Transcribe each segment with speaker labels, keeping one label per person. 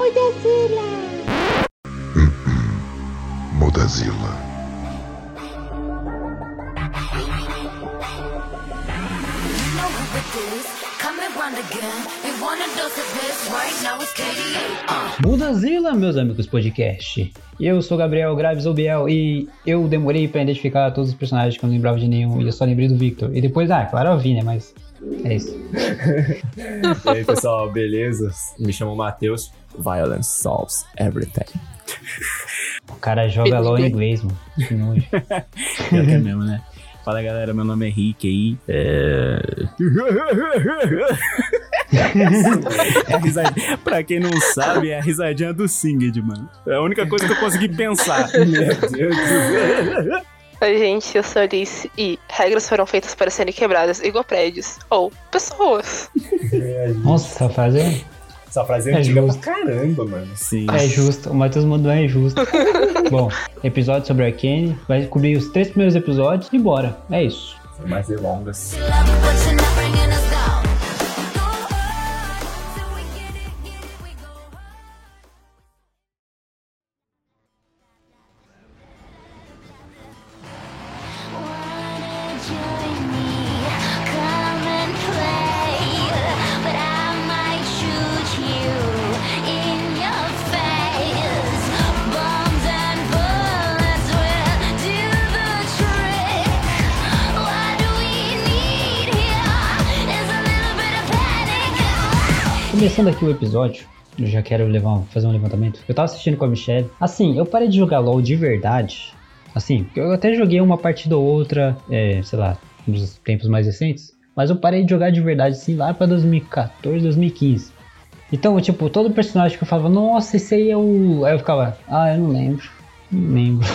Speaker 1: Modazila!
Speaker 2: Modazila.
Speaker 3: You know who it is. Coming round again. You wanna dose of this right now? It's KDA.
Speaker 4: Budazila, meus amigos podcast. Eu sou Gabriel Graves Obiel e eu demorei pra identificar todos os personagens que eu não lembrava de nenhum e eu só lembrei do Victor. E depois, ah, claro, eu vi, né? Mas é isso.
Speaker 5: E aí, pessoal, beleza? Me chamo Matheus. Violence solves everything.
Speaker 4: O cara joga LOL em inglês, mano. Que nojo.
Speaker 5: Pior que é mesmo, né? Fala galera, meu nome é Rick aí. É. é a risadinha- Pra quem não sabe, é a risadinha do Singed, mano. É a única coisa que eu consegui pensar. Meu Deus do céu.
Speaker 6: Oi, gente, eu sou a Alice e regras foram feitas para serem quebradas, igual prédios ou pessoas.
Speaker 4: Nossa, fazer
Speaker 5: Essa frase é
Speaker 4: É
Speaker 5: antiga pra
Speaker 4: justo.
Speaker 5: caramba, mano. Sim.
Speaker 4: é justo. O Matheus mandou é justo. Bom, episódio sobre Arcane. Vai cobrir os três primeiros episódios e bora. É isso.
Speaker 5: Mais delongas.
Speaker 3: You love it, but you're not bringing us down. Go on till we get it, get it, we go on. Wanna join me? Come and play, but I might shoot you in your face. Bombs and bullets will do the trick. What we need here is a little bit of panic.
Speaker 4: Começando aqui o episódio, eu já quero levar um- fazer um levantamento. Eu tava assistindo com a Michelle. Assim, eu parei de jogar LOL de verdade. Assim, porque eu até joguei uma partida ou outra, é, sei lá, nos tempos mais recentes. Mas eu parei de jogar de verdade, assim, lá pra 2014, 2015. Então, tipo, todo personagem que eu falava, nossa, esse aí é o. Aí eu ficava, ah, eu não lembro. Não lembro.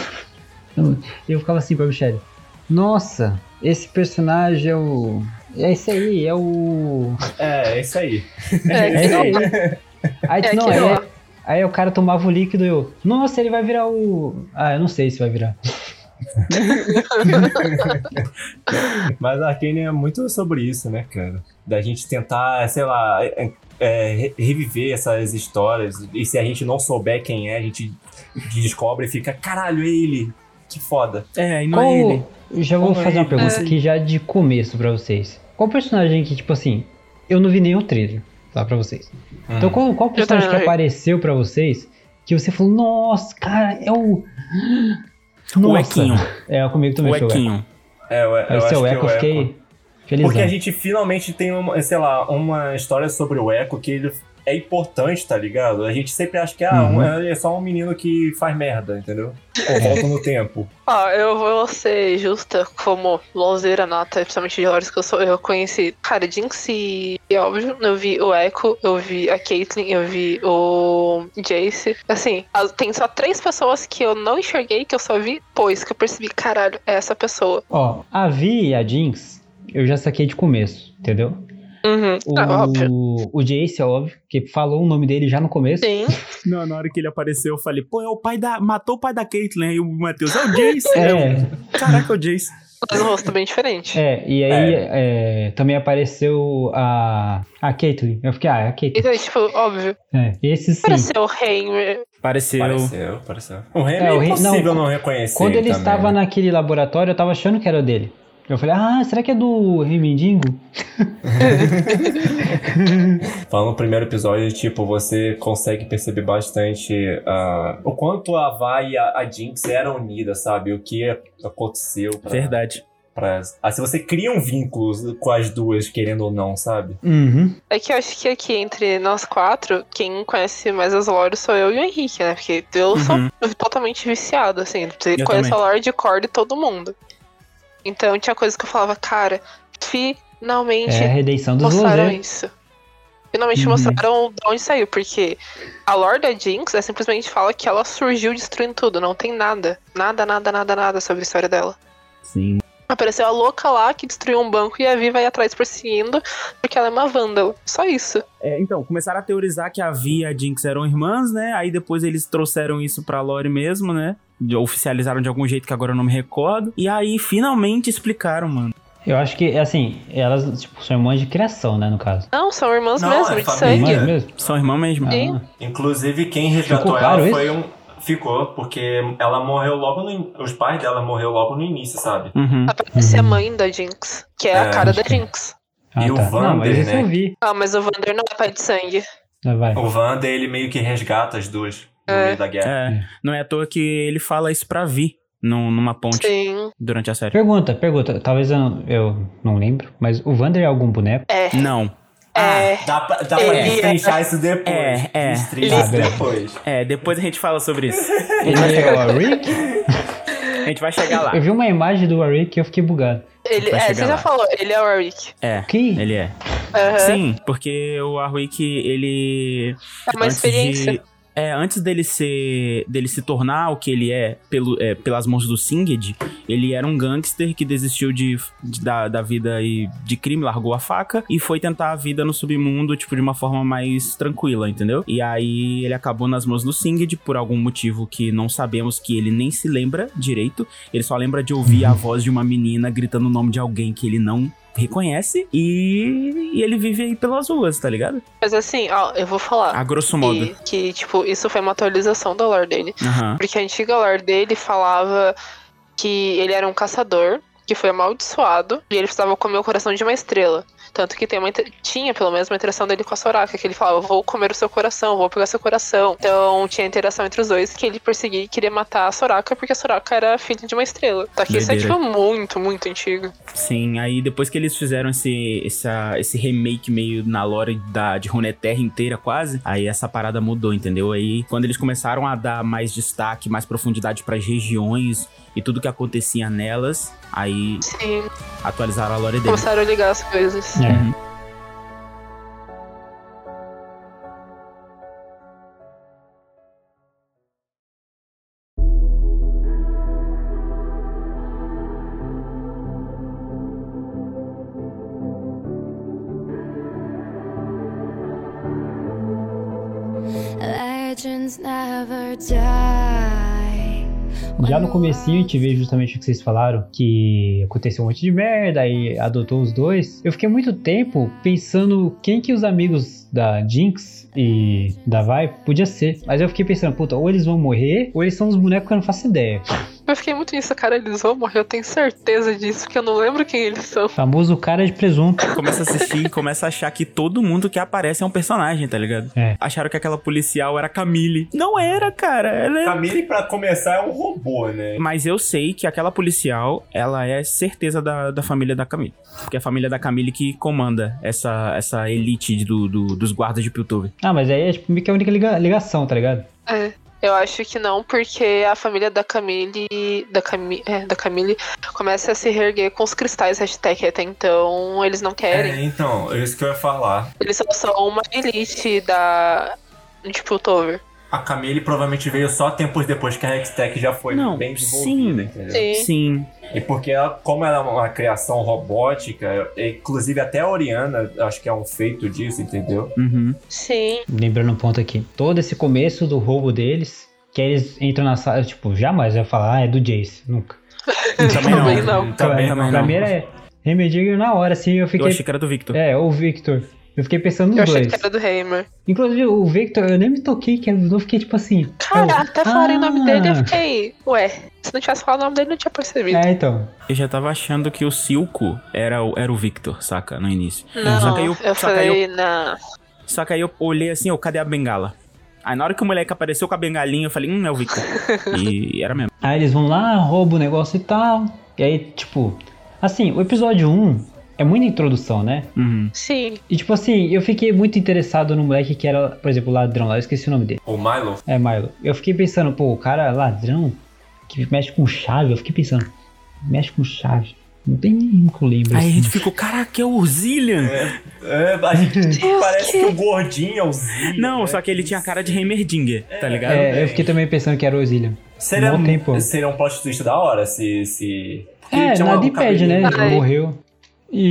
Speaker 4: E eu ficava assim pra Michelle, nossa, esse personagem é o. É esse aí, é o.
Speaker 5: É, é isso aí.
Speaker 4: É isso aí. Aí,
Speaker 6: É
Speaker 4: tu- não, aí,
Speaker 6: aquilo, ó.
Speaker 4: aí o cara tomava o líquido e eu, nossa, ele vai virar o. Ah, eu não sei se vai virar.
Speaker 5: Mas a Arcane é muito sobre isso, né, cara? Da gente tentar, sei lá, é, é, re- reviver essas histórias. E se a gente não souber quem é, a gente descobre e fica, caralho, é ele! Que foda. É, e
Speaker 4: Qual- Já vou
Speaker 5: Como é
Speaker 4: fazer uma
Speaker 5: ele?
Speaker 4: pergunta
Speaker 5: É.
Speaker 4: aqui já de começo pra vocês. Qual personagem que, tipo assim, eu não vi nenhum trailer lá pra vocês.
Speaker 5: Hum. Ah.
Speaker 4: Então qual, qual
Speaker 6: Eu
Speaker 4: personagem que
Speaker 6: também.
Speaker 4: apareceu pra vocês que você falou, nossa, cara, é o.
Speaker 7: O
Speaker 4: Nossa.
Speaker 7: Equinho.
Speaker 4: É, comigo também
Speaker 7: O
Speaker 4: foi o Eco.
Speaker 7: Equinho.
Speaker 5: é, eu, eu
Speaker 4: Aí
Speaker 5: acho
Speaker 4: seu
Speaker 5: que
Speaker 4: Eco
Speaker 5: o
Speaker 4: eu
Speaker 5: Echo.
Speaker 4: fiquei felizão.
Speaker 5: Porque a gente finalmente tem, uma, sei lá, uma história sobre o Echo que ele é importante, tá ligado? A gente sempre acha que ah,
Speaker 4: Uhum.
Speaker 5: um- é só um menino que faz merda, entendeu? Ou volta no tempo.
Speaker 6: Ó, eu vou ser justa como lonzeira nata, principalmente de horas que eu sou. Eu conheci, cara, Jinxie, é óbvio. Eu vi o Echo, eu vi a Caitlyn, eu vi o Jace. Assim, as- tem só três pessoas que eu não enxerguei, que eu só vi depois, que eu percebi, caralho, é essa pessoa.
Speaker 4: Ó, a Vi e a Jinx, eu já saquei de começo, entendeu?
Speaker 6: Uhum.
Speaker 4: O,
Speaker 6: Ah, óbvio.
Speaker 4: o Jace, é óbvio, que falou o nome dele já no começo.
Speaker 6: Sim.
Speaker 7: Não, na hora que ele apareceu, eu falei, pô, é o pai da. Matou o pai da Caitlyn. Aí o Matheus, é o Jace.
Speaker 4: É,
Speaker 7: Caraca, é o Jace.
Speaker 6: Mas um rosto bem diferente.
Speaker 4: é, e aí é, também apareceu a, a Caitlyn. Eu fiquei, ah, é a Caitlyn.
Speaker 6: Então, tipo, óbvio.
Speaker 4: É, esse sim.
Speaker 6: Pareceu o Heimer.
Speaker 7: Pareceu.
Speaker 5: Pareceu, pareceu. O Remy
Speaker 4: É,
Speaker 5: é,
Speaker 4: o Remy-
Speaker 5: impossível
Speaker 4: não,
Speaker 5: não, reconhecer.
Speaker 4: Quando ele
Speaker 5: também,
Speaker 4: estava
Speaker 5: né?
Speaker 4: naquele laboratório, eu tava achando que era o dele. Eu falei, ah, será que é do Remindingo?
Speaker 5: Falando no primeiro episódio, tipo, você consegue perceber bastante ah, o quanto a Vai e a, a Jinx eram unidas, sabe? O que aconteceu pra,
Speaker 7: Verdade.
Speaker 5: pra- Ah, se você cria um vínculo com as duas, querendo ou não, sabe?
Speaker 4: Uhum.
Speaker 6: É que eu acho que aqui entre nós quatro, quem conhece mais as lores sou eu e o Henrique, né? Porque eu sou totalmente viciado, assim. Você
Speaker 7: Uhum. Eu
Speaker 6: conhece
Speaker 7: também.
Speaker 6: a lore de core de todo mundo. Então tinha coisa que eu falava, cara, finalmente
Speaker 4: É a redenção dos
Speaker 6: mostraram
Speaker 4: Lozeiros.
Speaker 6: isso.
Speaker 7: Uhum.
Speaker 6: Finalmente mostraram de onde saiu, porque a lore da Jinx é, simplesmente fala que ela surgiu destruindo tudo, não tem nada. Nada, nada, nada, nada sobre a história dela.
Speaker 7: Sim.
Speaker 6: Apareceu a louca lá que destruiu um banco e a Vi vai atrás perseguindo porque ela é uma vândala. Só isso.
Speaker 7: É, então, começaram a teorizar que a Vi e a Jinx eram irmãs, né? Aí depois eles trouxeram isso pra Lore mesmo, né? De- Oficializaram de algum jeito que agora eu não me recordo. E aí finalmente explicaram, mano.
Speaker 4: Eu acho que, assim, elas tipo, são irmãs de criação, né, no caso.
Speaker 6: Não, são irmãs
Speaker 5: Não,
Speaker 6: mesmo,
Speaker 5: é
Speaker 6: de
Speaker 5: família.
Speaker 6: sangue.
Speaker 4: Irmãs
Speaker 7: Uhum.
Speaker 4: mesmo?
Speaker 7: São irmãs mesmo.
Speaker 6: Sim.
Speaker 4: Ah,
Speaker 5: Inclusive, quem resgatou
Speaker 4: Ficou
Speaker 5: ela
Speaker 4: claro
Speaker 5: foi um. Ficou, porque ela morreu logo no. in- Os pais dela morreu logo no início, sabe?
Speaker 7: Uhum.
Speaker 6: Aparece a
Speaker 4: Uhum.
Speaker 6: mãe da Jinx, que é, a
Speaker 5: É,
Speaker 6: cara
Speaker 4: acho
Speaker 6: da
Speaker 4: que-
Speaker 6: Jinx.
Speaker 4: ah,
Speaker 5: E o
Speaker 4: tá. Não, mas
Speaker 5: Vander,
Speaker 4: isso
Speaker 5: né?
Speaker 4: eu vi.
Speaker 6: Ah, mas o Vander não é pai de sangue.
Speaker 4: Ah,
Speaker 7: É.
Speaker 4: Vai.
Speaker 5: O Wanda, ele meio que resgata as duas no
Speaker 6: É.
Speaker 5: meio da guerra.
Speaker 7: É, não é à toa que ele fala isso pra Vi num- numa ponte
Speaker 6: Sim.
Speaker 7: durante a série.
Speaker 4: Pergunta, pergunta. Talvez eu não, eu não lembro, mas o Vander é algum boneco?
Speaker 6: É.
Speaker 7: Não.
Speaker 6: É.
Speaker 5: Dá pra, dá pra
Speaker 6: É.
Speaker 5: destrinchar isso depois.
Speaker 7: É, é.
Speaker 5: Destrincha isso
Speaker 4: Ah, beleza.
Speaker 5: depois.
Speaker 7: É, depois a gente fala sobre isso.
Speaker 4: Ele é o Rick?
Speaker 7: A gente vai chegar lá.
Speaker 4: Eu vi uma imagem do Rick e eu fiquei bugado.
Speaker 6: Ele,
Speaker 7: Vai
Speaker 6: é,
Speaker 7: chegar
Speaker 6: você já
Speaker 7: lá.
Speaker 6: falou, ele é o Arik.
Speaker 7: É,
Speaker 4: Que?
Speaker 7: ele é.
Speaker 6: Aham.
Speaker 7: Sim, porque o Arwick, ele...
Speaker 6: É uma
Speaker 7: antes de-
Speaker 6: experiência.
Speaker 7: é, antes dele ser, dele se tornar o que ele é, pelo, é, pelas mãos do Singed, ele era um gangster que desistiu de, de- da, da vida e de crime, largou a faca e foi tentar a vida no submundo, tipo, de uma forma mais tranquila, entendeu? E aí ele acabou nas mãos do Singed por algum motivo que não sabemos que ele nem se lembra direito. Ele só lembra de ouvir a voz de uma menina gritando o nome de alguém que ele não reconhece e, e ele vive aí pelas ruas, tá ligado?
Speaker 6: Mas assim, ó, eu vou falar.
Speaker 7: A grosso modo.
Speaker 6: Que, que, tipo, isso foi uma atualização da lore dele.
Speaker 7: Aham.
Speaker 6: Porque a antiga lore dele falava que ele era um caçador, que foi amaldiçoado, e ele precisava comer o coração de uma estrela. Tanto que tem uma, inter- tinha, pelo menos, uma interação dele com a Soraka, que ele falava, vou comer o seu coração, vou pegar seu coração. Então tinha interação entre os dois que ele perseguia e queria matar a Soraka, porque a Soraka era filha de uma estrela. Só que isso é,
Speaker 7: Doideira.
Speaker 6: tipo, muito, muito antigo.
Speaker 7: Sim, aí depois que eles fizeram esse, essa, esse remake meio na lore da, de Runeterra inteira quase, aí essa parada mudou, entendeu? Aí quando eles começaram a dar mais destaque, mais profundidade pras regiões e tudo que acontecia nelas, aí
Speaker 6: Sim,
Speaker 7: atualizaram a lore deles.
Speaker 6: começaram a ligar as coisas.
Speaker 4: É.
Speaker 1: Legends never die.
Speaker 4: Já no comecinho a gente vê justamente o que vocês falaram, que aconteceu um monte de merda e adotou os dois. Eu fiquei muito tempo pensando quem que os amigos da Jinx e da Vi podia ser. Mas eu fiquei pensando, puta, ou eles vão morrer, ou eles são uns bonecos que eu não faço ideia.
Speaker 6: Eu fiquei muito nisso, cara, eles vão morrer, eu tenho certeza disso, porque eu não lembro quem eles são.
Speaker 4: Famoso cara de presunto.
Speaker 7: Começa a assistir e começa a achar que todo mundo que aparece é um personagem, tá ligado?
Speaker 4: É.
Speaker 7: Acharam que aquela policial era Camille. Não era, cara. Ela é
Speaker 5: Camille, pra começar, é um robô, né?
Speaker 7: Mas eu sei que aquela policial, ela é certeza da, da família da Camille. Porque é a família da Camille que comanda essa, essa elite de- do, do- dos guardas de Piltover.
Speaker 4: Ah, mas aí é tipo meio que a única liga- ligação, tá ligado?
Speaker 6: É, eu acho que não, porque a família da Camille. Da, Cami, é, da Camille começa a se reerguer com os cristais hashtag até então. Eles não querem.
Speaker 5: É, então, é isso que eu ia falar.
Speaker 6: Eles só são uma elite da. De Piltover.
Speaker 5: A Camille provavelmente veio só tempos depois que a Hextech já foi
Speaker 7: Não,
Speaker 5: bem desenvolvida,
Speaker 7: sim.
Speaker 5: entendeu?
Speaker 6: Sim.
Speaker 7: Sim.
Speaker 5: E porque ela, como ela é uma criação robótica, inclusive até a Oriana, acho que é um feito disso, entendeu?
Speaker 7: Uhum.
Speaker 6: Sim.
Speaker 4: Lembrando um ponto aqui, todo esse começo do roubo deles, que aí eles entram na sala, tipo, jamais eu ia falar, ah, é do Jace, nunca.
Speaker 7: Também não.
Speaker 6: Também não.
Speaker 5: Também não.
Speaker 4: Pra mim era Remedigger na hora, assim, eu
Speaker 7: Eu
Speaker 4: fiquei
Speaker 7: achei que era do Victor.
Speaker 4: É, ou o Victor. Eu fiquei pensando
Speaker 6: Eu
Speaker 4: nos
Speaker 6: achei
Speaker 4: dois.
Speaker 6: que era do Heimer.
Speaker 4: É Inclusive, o Victor, eu nem me toquei que era dos dois, fiquei tipo assim.
Speaker 6: Cara,
Speaker 4: eu-
Speaker 6: até falarem o nome dele, eu
Speaker 4: Ah.
Speaker 6: fiquei. Ué, se não tivesse falado o nome dele, eu não tinha percebido.
Speaker 4: É, então.
Speaker 7: Eu já tava achando que o Silco era, o- era o Victor, saca? No início. só
Speaker 6: Não,
Speaker 7: que aí eu,
Speaker 6: eu
Speaker 7: só que aí eu-
Speaker 6: falei, na.
Speaker 7: só que aí eu olhei assim, ó, cadê a bengala? Aí na hora que o moleque apareceu com a bengalinha, eu falei, hum, é o Victor. e era mesmo.
Speaker 4: Aí eles vão lá, roubam o negócio e tal. E aí, tipo. Assim, o episódio 1 é muita introdução, né?
Speaker 7: Uhum.
Speaker 6: Sim.
Speaker 4: E tipo assim, eu fiquei muito interessado no moleque que era, por exemplo, o ladrão lá, eu esqueci o nome dele.
Speaker 5: O Milo,
Speaker 4: É, Milo. Eu fiquei pensando, pô, o cara é ladrão que mexe com chave, eu fiquei pensando, mexe com chave. Não tem nenhum que eu lembro.
Speaker 7: Aí a
Speaker 4: assim.
Speaker 7: gente ficou, caraca, é o Urzillian!
Speaker 5: Uhum. é, a gente
Speaker 6: Deus,
Speaker 5: parece
Speaker 6: que-
Speaker 5: que o gordinho é o Zio,
Speaker 7: Não,
Speaker 5: né?
Speaker 7: só que ele tinha a cara de Heimerdinger, tá ligado?
Speaker 4: É, eu fiquei também pensando que era o Zillion.
Speaker 5: Seria,
Speaker 4: Não tem como.
Speaker 5: seria um plot twist da hora se. se... porque
Speaker 4: É,
Speaker 5: tinha um
Speaker 4: nada impede, né?
Speaker 5: cabelinho-
Speaker 4: Ele
Speaker 6: Ai.
Speaker 4: morreu.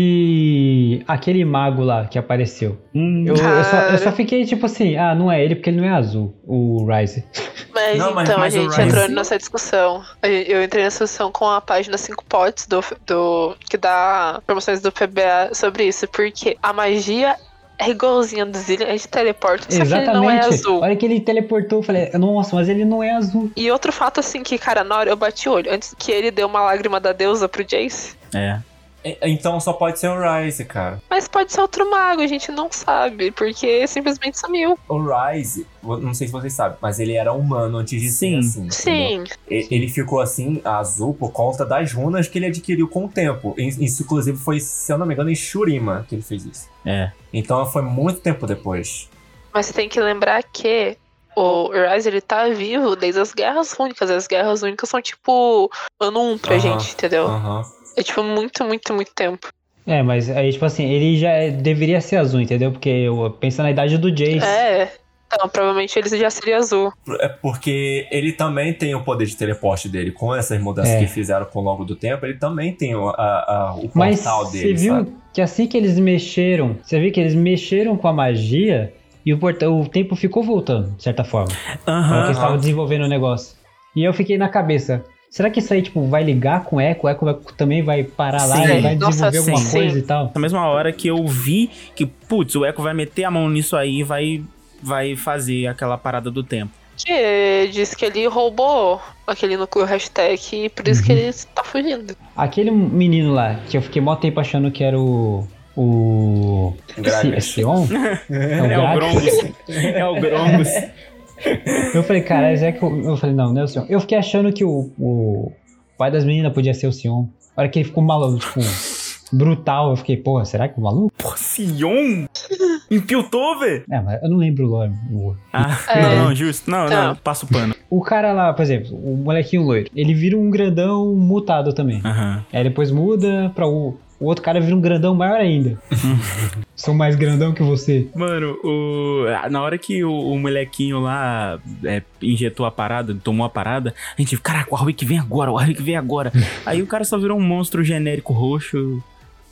Speaker 4: E aquele mago lá que apareceu.
Speaker 7: Hum,
Speaker 4: Eu, eu só, eu só
Speaker 6: Cara.
Speaker 4: fiquei tipo assim, ah, não é ele porque ele não é azul, o Rise.
Speaker 6: Mas Mas
Speaker 5: Não, mas
Speaker 6: então, a
Speaker 5: mais o
Speaker 6: gente
Speaker 5: Rise.
Speaker 6: entrou nessa discussão. A gen- Eu entrei nessa discussão com a página 5 Pots do, do, que dá promoções do PBA sobre isso, porque a magia é igualzinha do Zillion, a gente teleporta, só que ele não é
Speaker 4: Exatamente.
Speaker 6: azul.
Speaker 4: A hora que ele teleportou, eu falei, nossa, mas ele não é azul.
Speaker 6: E outro fato, assim, que, cara, na hora eu bati o olho, antes que ele deu uma lágrima da deusa pro Jace.
Speaker 7: É.
Speaker 5: E- Então só pode ser o Rise, cara.
Speaker 6: Mas pode ser outro mago, a gente não sabe, porque simplesmente sumiu.
Speaker 5: O Rise, eu não sei se vocês sabem, mas ele era humano antes de
Speaker 7: Sim.
Speaker 5: ser assim. entendeu?
Speaker 6: Sim,
Speaker 5: E- Ele ficou assim, azul, por conta das runas que ele adquiriu com o tempo. E- Isso, inclusive, foi, se eu não me engano, em Shurima que ele fez isso.
Speaker 7: É.
Speaker 5: Então foi muito tempo depois.
Speaker 6: mas tem que lembrar que o Rise, ele tá vivo desde as Guerras Únicas. As Guerras Únicas são, tipo, ano 1 pra
Speaker 5: Aham,
Speaker 6: gente, entendeu?
Speaker 5: Aham.
Speaker 6: É, tipo, muito, muito, muito tempo.
Speaker 4: É, mas aí, tipo assim, ele já é- deveria ser azul, entendeu? Porque eu penso na idade do Jace.
Speaker 6: É, então, provavelmente ele já seria azul.
Speaker 5: É porque ele também tem o poder de teleporte dele. Com essas mudanças
Speaker 4: É.
Speaker 5: que fizeram com o longo do tempo, ele também tem o, a- a- o
Speaker 4: Mas
Speaker 5: portal
Speaker 4: você
Speaker 5: dele,
Speaker 4: viu
Speaker 5: sabe?
Speaker 4: que assim que eles mexeram, você viu que eles mexeram com a magia e o, porta- o tempo ficou voltando, de certa forma. Na hora
Speaker 5: Então,
Speaker 4: que
Speaker 7: Aham.
Speaker 4: eles estavam desenvolvendo o negócio. E eu fiquei na cabeça. Será que isso aí, tipo, vai ligar com o Echo? O Echo vai- também vai parar lá
Speaker 7: Sim.
Speaker 4: e vai
Speaker 6: Nossa,
Speaker 4: desenvolver alguma
Speaker 7: sim.
Speaker 4: coisa e tal?
Speaker 7: Na mesma hora que eu vi que, putz, o Echo vai meter a mão nisso aí e vai, vai fazer aquela parada do tempo.
Speaker 6: Que diz que ele roubou aquele no o hashtag e por isso que
Speaker 5: Uhum.
Speaker 6: ele tá fugindo.
Speaker 4: Aquele menino lá, que eu fiquei mó tempo achando que era o. O.
Speaker 5: Gragas.
Speaker 4: é Sion? É o
Speaker 7: É o
Speaker 4: Gragas?
Speaker 7: Grongus. É o Grongus.
Speaker 4: Eu falei, cara, é que eu, eu falei, não, não é o Sion. Eu fiquei achando que o, o pai das meninas podia ser o Sion. A hora que ele ficou maluco, tipo, brutal, eu fiquei, porra, será que é o maluco?
Speaker 7: Pô, Sion? Impiltou, velho?
Speaker 4: É, mas eu não lembro o lore. O,
Speaker 7: Ah,
Speaker 6: É.
Speaker 7: não, não, justo. Não,
Speaker 6: Tá.
Speaker 7: não, passa o pano.
Speaker 4: o cara lá, por exemplo, o molequinho loiro, ele vira um grandão mutado também.
Speaker 7: Aham.
Speaker 4: Aí depois muda pra o, o outro cara vira um grandão maior ainda. Sou mais grandão que você.
Speaker 7: Mano, o... ah, na hora que o, o molequinho lá é, injetou a parada, tomou a parada, a gente, caraca, o Warwick vem agora, o Warwick vem agora. aí o cara só virou um monstro genérico roxo.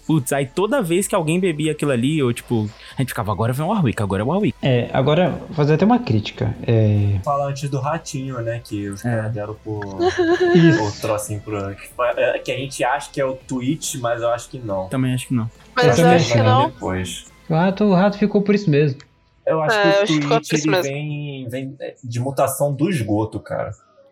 Speaker 7: Putz, aí toda vez que alguém bebia aquilo ali, ou tipo, a gente ficava, agora vem o Warwick, agora é o Warwick.
Speaker 4: É, agora, vou fazer até uma crítica. É,
Speaker 5: Fala antes do ratinho, né? Que os caras deram por
Speaker 4: Isso.
Speaker 5: o trocinho pro. que fa- é, Que a gente acha que é o Twitch, mas eu acho que não.
Speaker 7: Também acho que não.
Speaker 6: Mas eu,
Speaker 4: também
Speaker 6: acho que
Speaker 5: Vai
Speaker 6: não.
Speaker 5: Depois.
Speaker 4: o, rato, o rato ficou por isso mesmo.
Speaker 5: Eu acho
Speaker 6: É, eu acho
Speaker 5: que
Speaker 6: que
Speaker 5: o
Speaker 6: ficou por
Speaker 5: Twitch
Speaker 6: isso
Speaker 5: ele
Speaker 6: mesmo.
Speaker 5: vem, vem é, de mutação do esgoto, cara.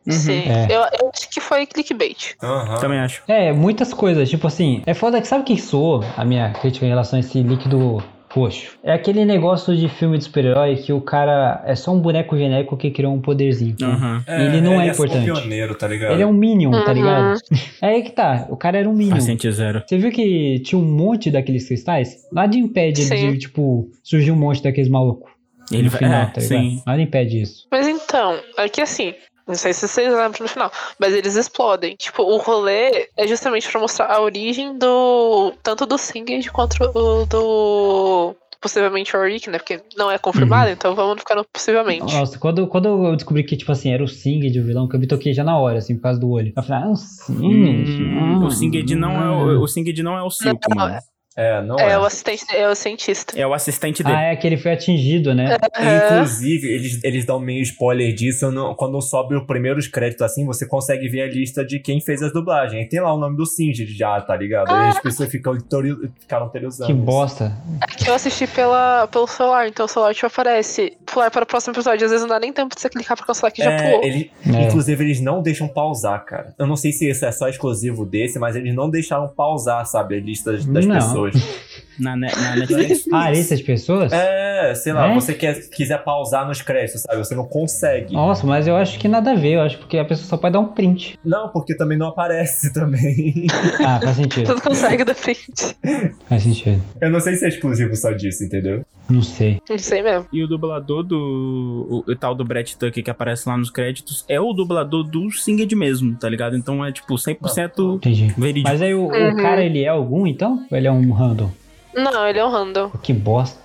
Speaker 6: Sim.
Speaker 4: É.
Speaker 6: Eu, eu acho que foi clickbait.
Speaker 5: Aham.
Speaker 7: Também acho.
Speaker 4: É, muitas coisas, tipo assim, é foda que sabe quem sou a minha crítica em relação a esse líquido roxo? É aquele negócio de filme de super-herói que o cara é só um boneco genérico que criou um poderzinho.
Speaker 7: Aham.
Speaker 4: Ele não é
Speaker 5: só um
Speaker 4: importante.
Speaker 5: pioneiro, tá ligado?
Speaker 4: Ele é um Minion, tá
Speaker 6: Uhum.
Speaker 4: ligado? É aí que tá, o cara era um Minion.
Speaker 7: Paciente zero.
Speaker 4: Você viu que tinha um monte daqueles cristais? Nada impede
Speaker 6: Sim.
Speaker 4: de, tipo, surgir um monte daqueles malucos
Speaker 7: Ele
Speaker 4: no
Speaker 7: vai.
Speaker 4: final,
Speaker 7: é,
Speaker 4: tá ligado?
Speaker 7: sim.
Speaker 4: Nada impede isso.
Speaker 6: Mas então, é que assim, não sei se vocês lembram no final, mas eles explodem. Tipo, o rolê é justamente pra mostrar a origem do. tanto do Singed quanto o do. possivelmente o Rick, né? Porque não é confirmado,
Speaker 5: Uhum.
Speaker 6: então vamos ficar no possivelmente.
Speaker 5: Ah,
Speaker 4: Nossa, quando, quando eu descobri que, tipo assim, era o Singed o vilão, que eu me toquei já na hora, assim, por causa do olho. Eu falei, ah, é um Singed? né?"
Speaker 7: Hum, o Singed não é o, o Singed não é o Silk,
Speaker 6: Não,
Speaker 7: mano.
Speaker 5: É, não é.
Speaker 6: É o assistente, é o cientista.
Speaker 7: É o assistente dele.
Speaker 4: Ah, é que ele foi atingido, né?
Speaker 6: É.
Speaker 5: É, Inclusive, eles, eles dão meio spoiler disso. eu não- quando sobe o primeiros créditos assim, você consegue ver a lista de quem fez as dublagens. Tem lá o nome do Singed já, tá ligado? Aí
Speaker 6: Ah.
Speaker 5: as pessoas ficam teori- ficaram teorizando.
Speaker 4: Que
Speaker 5: isso.
Speaker 4: bosta.
Speaker 6: É que eu assisti pela, pelo celular, então o celular te aparece. Pular para o próximo episódio, às vezes não dá nem tempo de você clicar pra cancelar que já pulou.
Speaker 5: É, ele-
Speaker 4: É.
Speaker 5: Inclusive, eles não deixam pausar, cara. Eu não sei se isso é só exclusivo desse, mas eles não deixaram pausar, sabe, a lista das
Speaker 4: Não.
Speaker 5: pessoas.
Speaker 7: Na, ne- na Netflix.
Speaker 4: é? Ah, era essas pessoas?
Speaker 5: É, sei lá,
Speaker 4: É?
Speaker 5: você quer, quiser pausar nos créditos, sabe? Você não consegue.
Speaker 4: Nossa, mas eu acho que nada a ver, eu acho porque a pessoa só pode dar um print.
Speaker 5: Não, porque também não aparece também.
Speaker 4: Ah, faz
Speaker 5: é.
Speaker 4: sentido,
Speaker 6: Tudo consegue da frente.
Speaker 4: faz sentido.
Speaker 5: Eu não sei se é exclusivo só disso, entendeu?
Speaker 4: Não sei.
Speaker 6: Não sei mesmo.
Speaker 7: E o dublador do. O, o tal do Brett Tucker que aparece lá nos créditos é o dublador do Singed mesmo, tá ligado? Então é tipo 100%
Speaker 4: Entendi.
Speaker 7: verídico.
Speaker 4: Mas aí o, o
Speaker 6: Uhum.
Speaker 4: cara, ele é algum então? Ou ele é um random?
Speaker 6: Não, ele é um random.
Speaker 4: Pô, Que bosta.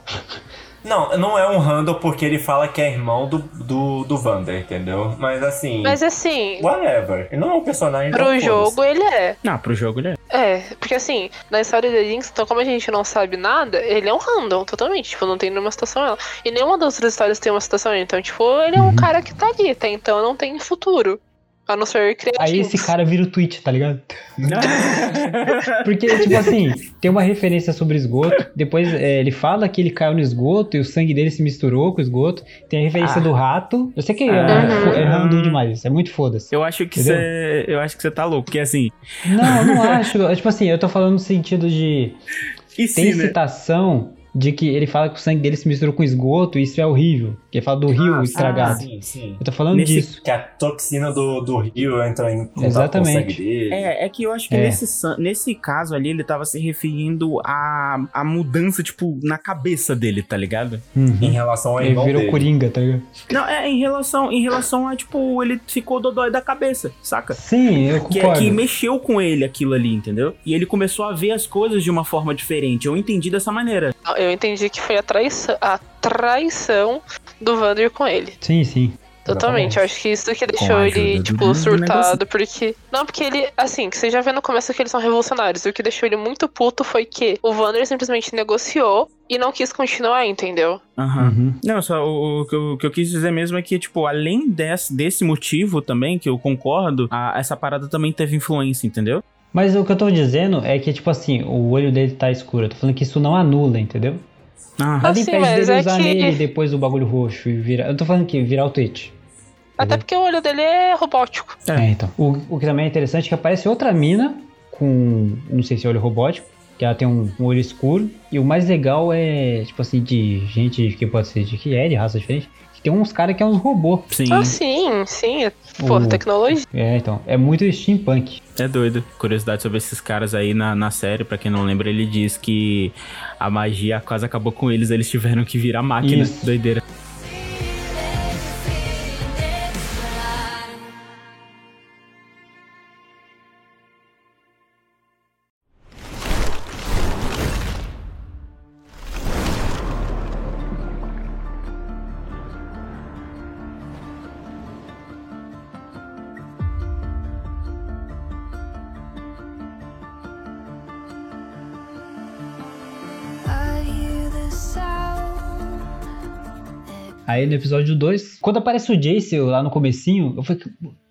Speaker 5: Não, não é um Randall porque ele fala que é irmão do, do, do Vander, entendeu? Mas assim.
Speaker 6: Mas assim,
Speaker 5: Whatever. Ele não é um personagem.
Speaker 6: pro
Speaker 5: então,
Speaker 6: jogo ele é.
Speaker 7: Não, pro jogo ele é.
Speaker 6: É, porque assim, na história da Jinx, então como a gente não sabe nada, ele é um random, totalmente. Tipo, não tem nenhuma situação ela. E nenhuma das outras histórias tem uma situação ela. Então, tipo, ele é um
Speaker 4: Uhum.
Speaker 6: cara que tá ali, até então não tem futuro. A não ser criativo.
Speaker 4: Aí esse cara vira o Twitch, tá ligado? Porque, tipo assim, tem uma referência sobre esgoto, depois é, ele fala que ele caiu no esgoto e o sangue dele se misturou com o esgoto. Tem a referência
Speaker 7: Ah.
Speaker 4: do rato. Eu sei que é,
Speaker 6: Ah.
Speaker 4: é random demais, isso é muito foda-se.
Speaker 7: Eu acho que
Speaker 4: Entendeu?
Speaker 7: você. Eu acho que você tá louco, porque assim.
Speaker 4: Não, eu não acho. É, Tipo assim, eu tô falando no sentido de.
Speaker 7: E
Speaker 4: Tem
Speaker 7: sim, né?
Speaker 4: citação de que ele fala que o sangue dele se misturou com esgoto e isso é horrível. Que ele fala do rio estragado.
Speaker 5: Sim, sim.
Speaker 4: Eu tô falando
Speaker 7: Nesse-
Speaker 4: disso.
Speaker 5: Que a toxina do, do rio entra em contato
Speaker 4: Exatamente.
Speaker 5: com o sangue dele.
Speaker 7: É, é que eu acho que
Speaker 4: É.
Speaker 7: nesse, san- nesse caso ali, ele tava se referindo à, à mudança, tipo, na cabeça dele, tá ligado?
Speaker 5: Em relação ao
Speaker 4: Uhum. Ele
Speaker 5: irmão
Speaker 4: virou
Speaker 5: dele.
Speaker 4: coringa, tá ligado?
Speaker 7: Não, é em relação, em relação a, tipo, ele ficou dodói da cabeça, saca?
Speaker 4: Sim, eu
Speaker 7: Que,
Speaker 4: concordo.
Speaker 7: que mexeu com ele aquilo ali, entendeu? E ele começou a ver as coisas de uma forma diferente. Eu entendi dessa maneira.
Speaker 6: Eu entendi que foi a traição, a traição do Vander com ele.
Speaker 4: Sim, sim.
Speaker 6: Totalmente.
Speaker 5: Exatamente.
Speaker 6: Eu acho que isso que deixou
Speaker 7: a ajuda
Speaker 6: ele,
Speaker 7: do-
Speaker 6: tipo,
Speaker 7: do
Speaker 6: surtado, porque. Não, porque ele, assim, que você já vê no começo que eles são revolucionários. E o que deixou ele muito puto foi que o Vander simplesmente negociou e não quis continuar, entendeu?
Speaker 7: Aham.
Speaker 4: Uhum.
Speaker 7: Não, só o, o que eu- o que eu quis dizer mesmo é que, tipo, além desse, desse motivo também, que eu concordo, a- essa parada também teve influência, entendeu?
Speaker 4: Mas o que eu tô dizendo é que, tipo assim, o olho dele tá escuro. Eu tô falando que isso não anula, entendeu?
Speaker 7: Ah,
Speaker 4: Nada
Speaker 6: sim,
Speaker 4: impede
Speaker 6: mas
Speaker 4: dele
Speaker 6: é
Speaker 4: usar
Speaker 6: que-
Speaker 4: nele depois o bagulho roxo e virar. Eu tô falando que virar o Twitch.
Speaker 6: Até porque o olho dele é robótico.
Speaker 4: É, então. O, o que também é interessante é que aparece outra mina com, não sei se é olho robótico, que ela tem um, um olho escuro. E o mais legal é, tipo assim, de gente que pode ser de que é, de raça diferente, que tem uns caras que é uns robô.
Speaker 7: sim.
Speaker 6: Ah, sim, sim. Pô,
Speaker 4: O-
Speaker 6: tecnologia.
Speaker 4: É, então. É muito steampunk.
Speaker 7: É doido. Curiosidade sobre esses caras aí na, na série, pra quem não lembra, ele diz que a magia quase acabou com eles, eles tiveram que virar máquina.
Speaker 4: Isso.
Speaker 7: Doideira.
Speaker 1: I hear the sound.
Speaker 4: Aí no episódio 2, quando aparece o Jace lá no comecinho, eu falei,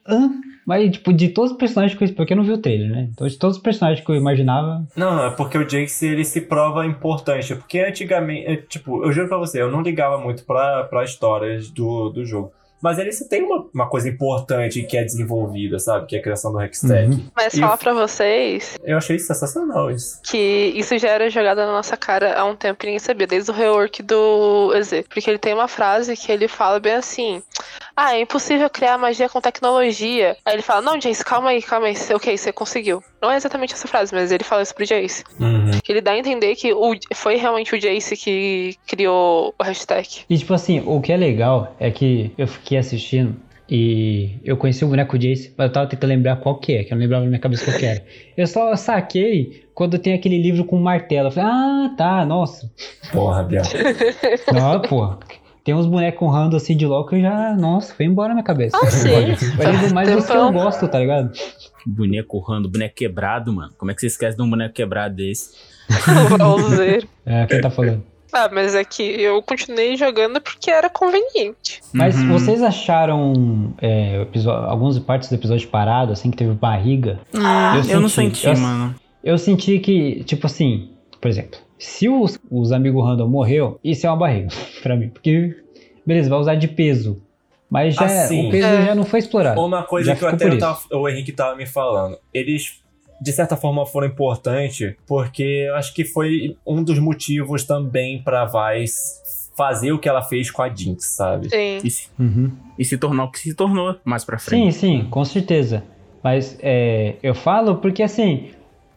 Speaker 4: hã? Mas, tipo, de todos os personagens que eu... Porque eu não vi o trailer, né? Então, de todos os personagens que eu imaginava...
Speaker 5: Não, não, é porque o Jace ele se prova importante. Porque antigamente, é, tipo, eu juro pra você, eu não ligava muito pra, pra histórias do, do jogo. Mas ele se tem uma, uma coisa importante que é desenvolvida, sabe? Que é a criação do Hextech.
Speaker 4: Uhum.
Speaker 6: Mas
Speaker 5: E-
Speaker 6: falar pra vocês
Speaker 5: Eu achei sensacional isso.
Speaker 6: que isso já era jogado na nossa cara há um tempo e ninguém sabia, desde o rework do EZ. Porque ele tem uma frase que ele fala bem assim: Ah, é impossível criar magia com tecnologia. Aí ele fala: Não, Jace, calma aí, calma aí. Cê- Ok, você conseguiu. Não é exatamente essa frase, mas ele fala isso pro Jace.
Speaker 5: Uhum.
Speaker 6: Que ele dá a entender que o- foi realmente o Jace que criou o hashtag.
Speaker 4: E, tipo assim, o que é legal é que eu fiquei assistindo e eu conheci o boneco Jace, mas eu tava tentando lembrar qual que é, que eu não lembrava na minha cabeça qual que era. Eu só saquei quando tem aquele livro com martelo. Eu falei, ah, tá, nossa.
Speaker 5: Porra, Biel.
Speaker 4: Não, porra. Tem uns bonecos com rando assim de LOL que eu já... Nossa, foi embora na minha cabeça.
Speaker 6: Ah, sim.
Speaker 4: Mas do mais os que eu
Speaker 6: Tempão.
Speaker 4: gosto, tá ligado?
Speaker 7: Boneco rando, boneco quebrado, mano. Como é que você esquece de um boneco quebrado desse?
Speaker 6: Valzer.
Speaker 4: É, quem tá falando.
Speaker 6: Ah, mas é que eu continuei jogando porque era conveniente.
Speaker 4: Mas
Speaker 7: Uhum.
Speaker 4: vocês acharam é, episo- algumas partes do episódio parado, assim, que teve barriga?
Speaker 7: Ah, eu,
Speaker 4: eu
Speaker 7: não
Speaker 4: senti.
Speaker 7: senti,
Speaker 4: Eu-
Speaker 7: mano.
Speaker 4: Eu senti que, tipo assim, por exemplo, se os, os amigos random morreu, isso é uma barriga pra mim. Porque, beleza, vai usar de peso. Mas já,
Speaker 5: Assim,
Speaker 4: o peso
Speaker 6: é.
Speaker 4: já não foi explorado.
Speaker 5: Uma coisa
Speaker 4: Tá. Já
Speaker 5: que eu
Speaker 4: ficou
Speaker 5: até
Speaker 4: por
Speaker 5: eu
Speaker 4: isso.
Speaker 5: tava- o Henrique tava me falando. Eles, de certa forma, foram importantes, porque eu acho que foi um dos motivos também pra Vice fazer o que ela fez com a Jinx, sabe?
Speaker 6: Sim.
Speaker 7: E se,
Speaker 4: Uhum.
Speaker 7: e se tornou o que se tornou mais pra
Speaker 4: Sim,
Speaker 7: frente.
Speaker 4: sim, com certeza. Mas é, eu falo porque, assim,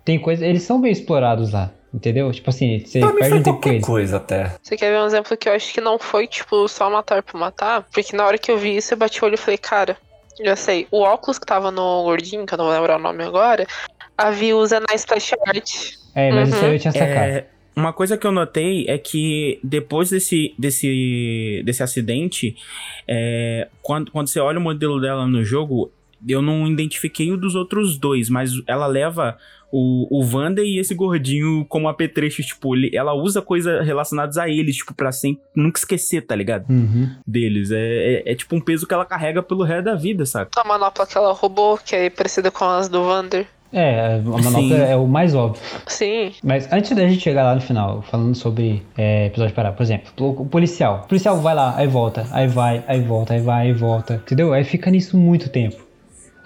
Speaker 4: tem coisa. Eles são bem explorados lá, entendeu? Tipo assim, você
Speaker 5: Pra mim
Speaker 4: perde
Speaker 5: foi
Speaker 4: um tempo com
Speaker 5: qualquer
Speaker 4: eles.
Speaker 5: coisa até.
Speaker 6: Você quer ver um exemplo que eu acho que não foi, tipo, só matar por matar? Porque na hora que eu vi isso, eu bati o olho e falei, cara, já sei, o óculos que tava no gordinho, que eu não vou lembrar o nome agora, a Vi usa na Splash Art.
Speaker 4: É, mas isso
Speaker 6: Uhum.
Speaker 4: aí eu tinha sacado.
Speaker 7: É, uma coisa que eu notei é que depois desse, desse, desse acidente, é, quando, quando você olha o modelo dela no jogo, eu não identifiquei o dos outros dois, mas ela leva o, o Wanda e esse gordinho como apetrecho, tipo, ele- ela usa coisas relacionadas a eles, tipo, pra sempre nunca esquecer, tá ligado?
Speaker 4: Uhum.
Speaker 7: Deles. É, é, é tipo um peso que ela carrega pelo resto da vida, saca?
Speaker 6: A manopla que ela roubou, que é parecida com as do Vander.
Speaker 4: É, a
Speaker 7: Sim.
Speaker 4: manopla é o mais óbvio.
Speaker 6: Sim,
Speaker 4: Mas antes da gente chegar lá no final, falando sobre é, episódio parar, por exemplo, o o policial. O policial vai lá, aí volta, aí vai, aí volta, aí vai, aí volta, entendeu? Aí fica nisso muito tempo.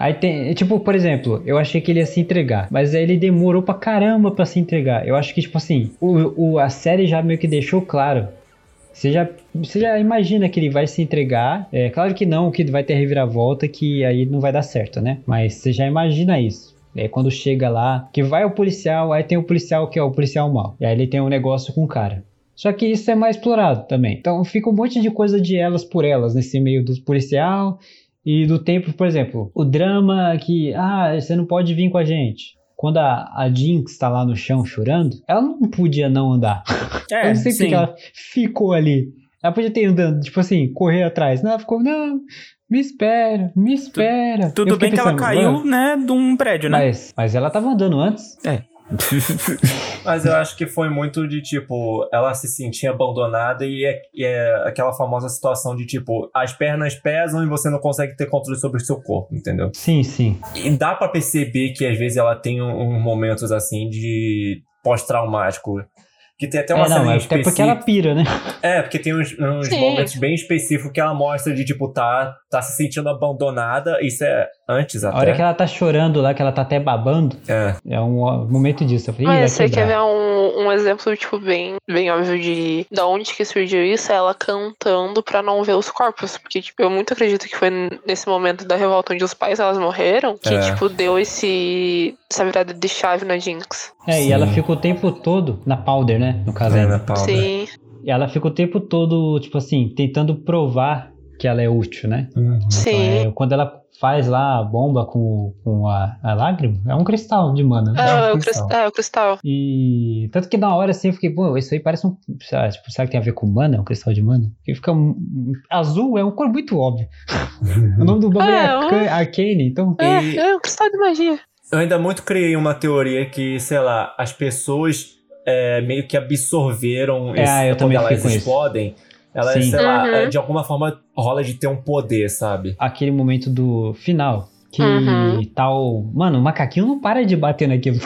Speaker 4: Aí tem, é tipo, por exemplo, eu achei que ele ia se entregar, mas aí ele demorou pra caramba pra se entregar. Eu acho que, tipo assim, o, o- a série já meio que deixou claro. Você já, você já imagina que ele vai se entregar. É claro que não, que vai ter reviravolta, que aí não vai dar certo, né? Mas você já imagina isso. É quando chega lá, que vai o policial, aí tem o policial que é o policial mau. E aí ele tem um negócio com o cara. Só que isso é mais explorado também. Então fica um monte de coisa de elas por elas nesse meio do policial e do tempo, por exemplo, o drama que, ah, você não pode vir com a gente. Quando a, a Jinx tá lá no chão chorando, ela não podia não andar.
Speaker 7: É,
Speaker 4: eu não sei porque que ela ficou ali. Ela podia ter andando, tipo assim, correr atrás. Não, ela ficou, não, me espera, me espera. Eu
Speaker 7: Tudo
Speaker 4: fiquei
Speaker 7: bem que ela
Speaker 4: pensando,
Speaker 7: caiu,
Speaker 4: "Mano,
Speaker 7: né, de um prédio, né?
Speaker 4: Mas, mas ela tava andando antes.
Speaker 5: Mas eu acho que foi muito de tipo, ela se sentia abandonada e é, e é aquela famosa situação de tipo, as pernas pesam e você não consegue ter controle sobre o seu corpo, entendeu?
Speaker 4: Sim, sim.
Speaker 5: E dá pra perceber que às vezes ela tem uns momentos assim de pós-traumático. Que tem até uma
Speaker 4: é, não,
Speaker 5: cena em
Speaker 4: é até
Speaker 5: específico.
Speaker 4: porque ela pira, né?
Speaker 5: É, porque tem uns, uns
Speaker 6: Sim.
Speaker 5: momentos bem específicos que ela mostra de tipo, tá, tá se sentindo abandonada. Isso é antes
Speaker 4: A hora
Speaker 5: até.
Speaker 4: que ela tá chorando lá, que ela tá até babando,
Speaker 5: É.
Speaker 4: é um ó- momento disso. Eu falei, "Ih, vai
Speaker 6: mas você quer ver
Speaker 4: quebrar."
Speaker 6: um, um exemplo, tipo, bem, bem óbvio de da onde que surgiu isso? É ela cantando pra não ver os corpos. Porque, tipo, eu muito acredito que foi nesse momento da revolta onde os pais elas morreram que,
Speaker 5: É.
Speaker 6: tipo, deu esse essa virada de chave na Jinx.
Speaker 4: É, e ela
Speaker 5: Sim. É,
Speaker 4: fica o tempo todo na powder, né? No caso dela.
Speaker 5: Paula?
Speaker 6: Sim.
Speaker 4: E ela fica o tempo todo, tipo assim, tentando provar que ela é útil, né?
Speaker 5: Uhum.
Speaker 4: Então,
Speaker 6: Sim.
Speaker 4: é, quando ela faz lá a bomba com, com a, a lágrima, é um cristal de mana. né?
Speaker 6: É,
Speaker 5: um
Speaker 6: o
Speaker 5: cristal.
Speaker 6: cristal. é, o cristal.
Speaker 4: E tanto que na hora assim eu fiquei, pô, isso aí parece um. sei lá, Tipo, será que tem a ver com mana? Um cristal de mana? Porque fica. um- um- Azul é um cor muito óbvio. O nome do bagulho é,
Speaker 6: É,
Speaker 4: Arca- Arcane, então.
Speaker 5: E-
Speaker 6: É, é um cristal de magia.
Speaker 5: Eu ainda muito criei uma teoria que, sei lá, as pessoas é, meio que absorveram
Speaker 4: É, eu
Speaker 5: quando
Speaker 4: também
Speaker 5: elas
Speaker 4: fiquei com isso.
Speaker 5: explodem. Elas,
Speaker 4: Sim.
Speaker 5: sei lá,
Speaker 6: Uhum.
Speaker 5: é, de alguma forma rola de ter um poder, sabe?
Speaker 4: Aquele momento do final. Que
Speaker 6: Uhum.
Speaker 4: tal. Mano, o macaquinho não para de bater naquilo.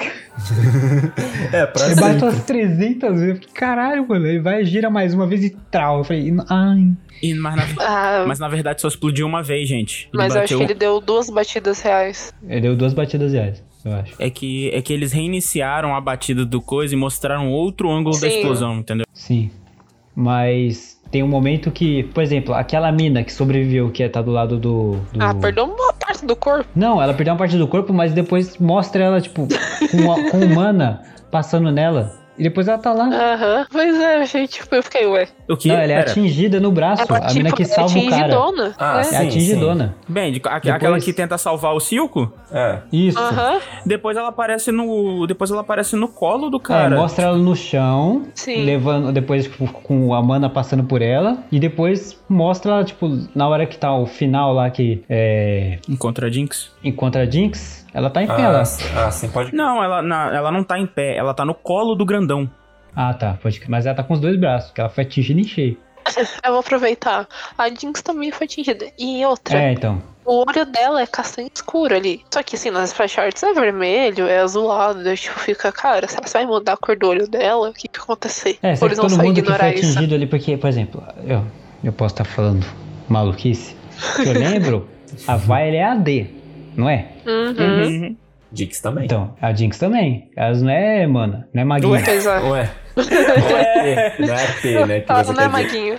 Speaker 5: É, pra
Speaker 4: Ele
Speaker 5: ser.
Speaker 4: bateu umas 300 vezes. Eu fiquei, caralho, mano. Ele vai, gira mais uma vez e trau. Eu falei, ai.
Speaker 7: E, mas, na,
Speaker 6: Ah, mas,
Speaker 7: mas na verdade só explodiu uma vez, gente. Ele
Speaker 6: eu acho
Speaker 7: bateu-
Speaker 6: que ele deu duas batidas reais.
Speaker 4: Ele deu duas batidas reais, eu acho.
Speaker 7: É que, é que eles reiniciaram a batida do coisa e mostraram outro ângulo da
Speaker 6: Sim.
Speaker 7: explosão, entendeu?
Speaker 4: Sim. Mas tem um momento que, por exemplo, aquela mina que sobreviveu, que tá do lado do. do-
Speaker 6: Ah, perdeu uma parte do corpo.
Speaker 4: Não, ela perdeu uma parte do corpo, mas depois mostra ela, tipo, com, a, com mana passando nela. E depois ela tá lá.
Speaker 6: Aham. Pois é, achei, tipo, eu fiquei, ué.
Speaker 7: O que?
Speaker 4: Não, ela é
Speaker 7: Pera.
Speaker 4: atingida no braço.
Speaker 6: Ela,
Speaker 4: a mina
Speaker 6: tipo,
Speaker 4: que
Speaker 6: é
Speaker 4: salva o cara.
Speaker 6: atingidona.
Speaker 5: Ah,
Speaker 6: é.
Speaker 5: sim.
Speaker 4: É atingidona.
Speaker 7: Bem, de- a-
Speaker 4: Depois-
Speaker 7: aquela que tenta salvar o Silco,
Speaker 5: É.
Speaker 4: Isso.
Speaker 6: Aham.
Speaker 7: depois ela aparece no. Depois ela aparece no colo do
Speaker 4: É,
Speaker 7: cara.
Speaker 4: mostra ela no chão,
Speaker 6: Sim.
Speaker 4: levando depois com- com a mana passando por ela, e depois mostra ela, tipo, na hora que tá o final lá que é,
Speaker 7: Encontra a Jinx.
Speaker 4: encontra a Jinx, ela tá em pé
Speaker 5: Ah,
Speaker 4: lá.
Speaker 5: s- ah, sim, pode.
Speaker 7: Não, ela, na- ela não tá em pé, ela tá no colo do grandão.
Speaker 4: Ah, tá. Pode crer. Mas ela tá com os dois braços, que ela foi atingida em cheio.
Speaker 6: Eu vou aproveitar. A Jinx também foi atingida. E outra,
Speaker 4: É, então.
Speaker 6: o olho dela é castanho escuro ali. Só que assim, nas flash arts é vermelho, é azulado. daí, Tipo, fica, cara, será que você vai mudar a cor do olho dela? O que que aconteceu?
Speaker 4: É,
Speaker 6: Ou
Speaker 4: será que
Speaker 6: eles vão
Speaker 4: todo
Speaker 6: só
Speaker 4: mundo que foi
Speaker 6: ignorar isso?
Speaker 4: atingido ali, porque, por exemplo, eu, eu posso estar falando maluquice. que Eu lembro, a Vile é AD, não é?
Speaker 6: Uhum.
Speaker 5: Dix também.
Speaker 4: Então, a Jinx também. Elas não é, mano, não é maguinha.
Speaker 7: Ué.
Speaker 6: Exato.
Speaker 5: Ué. Não é T, não é T, né? Que
Speaker 6: Ela
Speaker 5: você
Speaker 6: não é
Speaker 5: quer dizer.
Speaker 6: maguinho.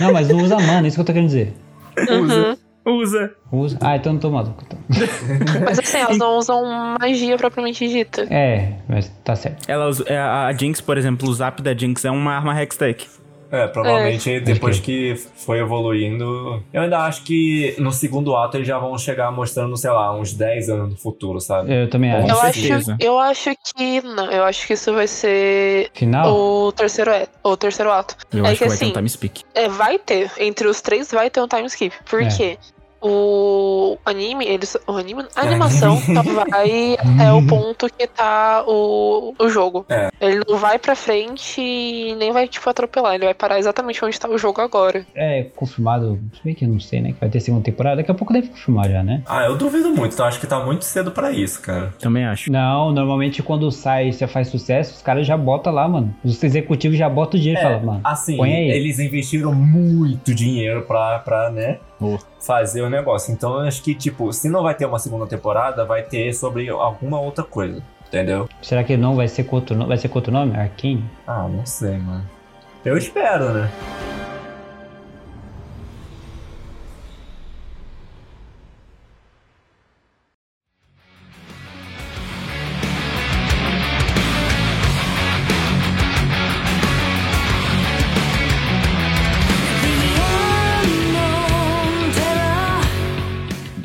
Speaker 4: Não, mas não usa mana, é isso que eu tô querendo dizer.
Speaker 7: Usa.
Speaker 6: Uhum.
Speaker 7: Uhum. Usa.
Speaker 4: Usa. Ah, então eu não tô maluco. Então.
Speaker 6: Mas assim, elas não usam magia propriamente dita.
Speaker 4: É, mas tá certo.
Speaker 7: Ela usa- é, a a Jinx, por exemplo, o zap da Jinx é uma arma hextech.
Speaker 5: É, provavelmente depois que foi evoluindo. Eu ainda acho que no segundo ato eles já vão chegar mostrando, sei lá, uns 10 anos no futuro, sabe?
Speaker 4: Eu também
Speaker 5: Com
Speaker 6: Eu
Speaker 4: acho.
Speaker 6: acho,
Speaker 7: certeza.
Speaker 6: eu acho que. Não, eu acho que isso vai ser
Speaker 4: Final?
Speaker 6: o terceiro, é- o terceiro ato.
Speaker 7: Eu
Speaker 6: É
Speaker 7: acho que,
Speaker 6: que
Speaker 7: vai ter um
Speaker 6: assim,
Speaker 7: time speak.
Speaker 6: É, vai ter. Entre os três vai ter um time skip. Por
Speaker 4: É.
Speaker 6: quê? O anime, eles, o anime, a animação só vai até o ponto que tá o, o jogo.
Speaker 5: É.
Speaker 6: Ele não vai pra frente e nem vai, tipo, atropelar. Ele vai parar exatamente onde tá o jogo agora.
Speaker 4: É confirmado, se bem que eu não sei, né? Que vai ter segunda temporada. Daqui a pouco deve confirmar já, né?
Speaker 5: Ah, eu duvido muito, então acho que tá muito cedo pra isso, cara.
Speaker 7: Também acho.
Speaker 4: Não, normalmente quando sai e você faz sucesso, os caras já botam lá, mano. Os executivos já botam o dinheiro e
Speaker 5: É,
Speaker 4: falam, mano.
Speaker 5: Assim,
Speaker 4: Põe aí.
Speaker 5: eles investiram muito dinheiro pra, pra né,
Speaker 7: Pô.
Speaker 5: fazer o negócio. Então eu acho que, tipo, se não vai ter uma segunda temporada, vai ter sobre alguma outra coisa, entendeu?
Speaker 4: Será que não vai ser com outro, no- vai ser com outro nome? Arkin?
Speaker 5: Ah, não sei, mano. Eu espero, né?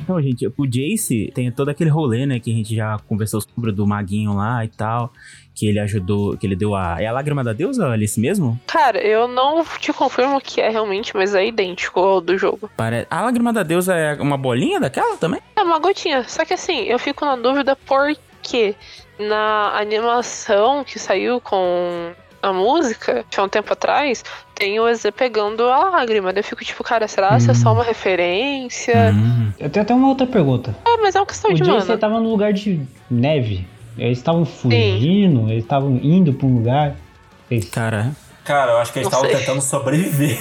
Speaker 7: Então, gente, o Jace tem todo aquele rolê, né, que a gente já conversou sobre do maguinho lá e tal, que ele ajudou, que ele deu a... É a lágrima da deusa, Alice, mesmo?
Speaker 6: Cara, eu não te confirmo o que é realmente, mas é idêntico ao do jogo.
Speaker 7: Pare... A lágrima da deusa é uma bolinha daquela também?
Speaker 6: É uma gotinha. Só que assim, eu fico na dúvida porque na animação que saiu com a música, que há um tempo atrás, tem o EZ pegando a lágrima. Daí eu fico tipo, cara, será que isso é só uma referência?
Speaker 7: Hum.
Speaker 4: Eu tenho até uma outra pergunta.
Speaker 6: É, mas é uma questão
Speaker 4: O
Speaker 6: de
Speaker 5: né?
Speaker 4: Jason tá-
Speaker 6: mano.
Speaker 4: tava num lugar de neve. Eles estavam fugindo, eles estavam indo pra um lugar. Eles-
Speaker 7: Cara,
Speaker 5: Cara, eu acho que eles
Speaker 6: Não
Speaker 5: estavam
Speaker 6: sei.
Speaker 5: tentando sobreviver.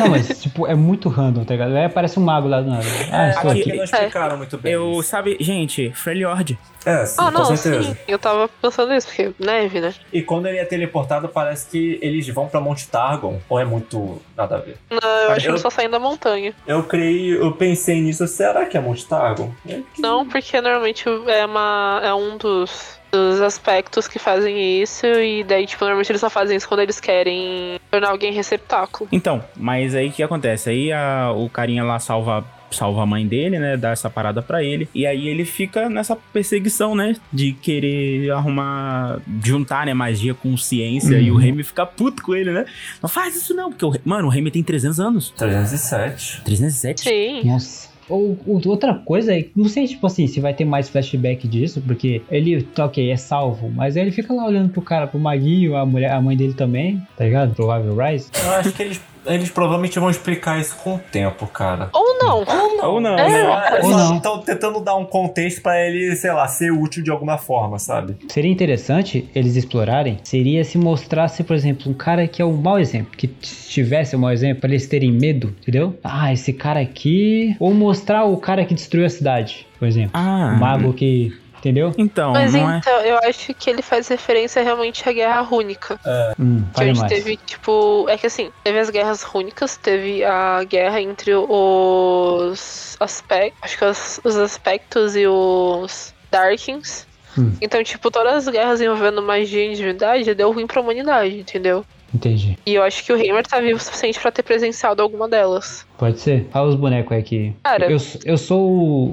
Speaker 4: Não, mas tipo, é muito random, tá ligado? Aí aparece um mago lá do nada. Ah, estou
Speaker 5: É, Aqui
Speaker 4: aqui.
Speaker 5: não explicaram muito bem.
Speaker 7: eu,
Speaker 5: isso.
Speaker 7: sabe, gente, Freljord.
Speaker 5: É, sim,
Speaker 6: É. Ah,
Speaker 5: com
Speaker 6: não,
Speaker 5: certeza.
Speaker 6: sim. Eu tava pensando nisso, porque neve, né?
Speaker 5: E quando ele é teleportado, parece que eles vão pra Monte Targon. Ou é muito. nada a ver.
Speaker 6: Não, eu
Speaker 5: Ah,
Speaker 6: acho que
Speaker 5: eu-
Speaker 6: eu só saindo da montanha.
Speaker 5: Eu creio, eu pensei nisso, será que é Monte Targon?
Speaker 6: Não, porque normalmente é, uma, é um dos, dos aspectos que fazem isso, e daí, tipo, normalmente eles só fazem isso quando eles querem tornar alguém receptáculo.
Speaker 7: Então, mas aí o que acontece? Aí a- o carinha lá salva, salva a mãe dele, né? Dá essa parada pra ele. E aí ele fica nessa perseguição, né? De querer arrumar. juntar, né? Magia com ciência. E o Remy fica puto com ele, né? Não faz isso não, porque o. Re- Mano, o Remy tem 300 anos.
Speaker 5: 307.
Speaker 7: 307?
Speaker 6: Sim.
Speaker 4: Nossa. Ou, ou outra coisa, é que não sei, tipo assim, se vai ter mais flashback disso, porque ele, tá, ok, é salvo, mas aí ele fica lá olhando pro cara, pro maguinho, a mulher, a mãe dele também, tá ligado? Provável Rise.
Speaker 5: Eu acho que eles, eles provavelmente vão explicar isso com o tempo, cara.
Speaker 6: Ou não.
Speaker 7: Ou não,
Speaker 6: É,
Speaker 7: né?
Speaker 5: Será?
Speaker 4: Ou
Speaker 5: Eles
Speaker 4: não.
Speaker 5: Estão tentando dar um contexto pra ele, sei lá, ser útil de alguma forma, sabe?
Speaker 4: Seria interessante eles explorarem, seria se mostrasse, por exemplo, um cara que é um mau exemplo, que tivesse um mau exemplo, pra eles terem medo, entendeu? Ah, esse cara aqui. Ou mostrar o cara que destruiu a cidade, por exemplo.
Speaker 7: Ah.
Speaker 4: O mago que. Entendeu?
Speaker 7: Então,
Speaker 6: Mas
Speaker 7: não é.
Speaker 6: então, eu acho que ele faz referência realmente à Guerra Rúnica.
Speaker 4: Hum,
Speaker 6: Que a
Speaker 4: fale
Speaker 6: gente
Speaker 4: mais.
Speaker 6: teve, tipo. É que assim, teve as guerras rúnicas, teve a guerra entre os aspectos. Acho que os, os aspectos e os Darkings.
Speaker 4: Hum.
Speaker 6: Então, tipo, todas as guerras envolvendo magia e divindade deu ruim pra humanidade, entendeu?
Speaker 4: Entendi.
Speaker 6: E eu acho que o Heimer tá vivo o suficiente pra ter presenciado alguma delas.
Speaker 4: Pode ser? Fala os bonecos aí que.
Speaker 6: Cara.
Speaker 4: Eu, sou- eu sou o,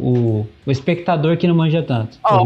Speaker 4: o, o espectador que não manja tanto.
Speaker 6: Ó.